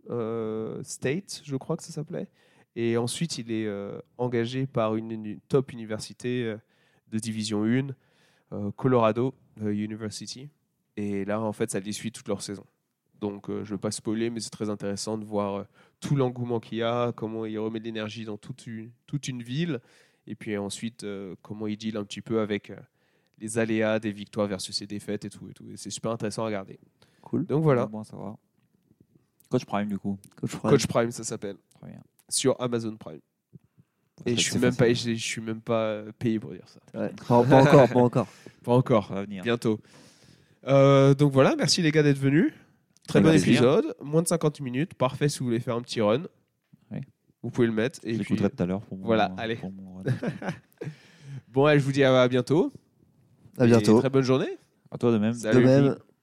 Speaker 1: euh, State, je crois que ça s'appelait. Et ensuite, il est euh, engagé par une, une top université euh, de division 1, euh, Colorado euh, University. Et là, en fait, ça les suit toute leur saison. Donc, euh, je ne veux pas spoiler, mais c'est très intéressant de voir euh, tout l'engouement qu'il y a, comment il remet de l'énergie dans toute une, toute une ville, et puis ensuite, euh, comment il deal un petit peu avec euh, les aléas des victoires versus ses défaites et tout. Et, tout. et c'est super intéressant à regarder.
Speaker 3: Cool.
Speaker 1: Donc, voilà,
Speaker 2: Bon à savoir. Coach Prime, du coup.
Speaker 3: Coach Prime.
Speaker 1: Coach Prime, ça s'appelle,
Speaker 2: Très bien.
Speaker 1: sur Amazon Prime. Et je
Speaker 2: C'est
Speaker 1: suis même pas,
Speaker 2: facile.
Speaker 1: je, je suis même pas euh, payé pour dire ça.
Speaker 3: Ouais. Pas, pas encore, pas encore.
Speaker 1: Pas encore.
Speaker 2: Ça va venir.
Speaker 1: Bientôt. Euh, donc voilà, merci les gars d'être venus. Très
Speaker 2: Avec
Speaker 1: bon
Speaker 2: plaisir.
Speaker 1: épisode, moins de 50 minutes, parfait si vous voulez faire un petit run.
Speaker 2: Oui.
Speaker 1: Vous pouvez le mettre. Et
Speaker 2: Je
Speaker 1: puis...
Speaker 2: l'écouterai tout à l'heure pour mon-
Speaker 1: Voilà, allez.
Speaker 2: pour mon-
Speaker 1: Bon, allez, je vous dis à bientôt.
Speaker 3: À
Speaker 1: Et
Speaker 3: bientôt.
Speaker 1: Très bonne journée.
Speaker 2: À toi de même.
Speaker 1: Salut.
Speaker 3: De
Speaker 1: les
Speaker 3: même.
Speaker 1: filles.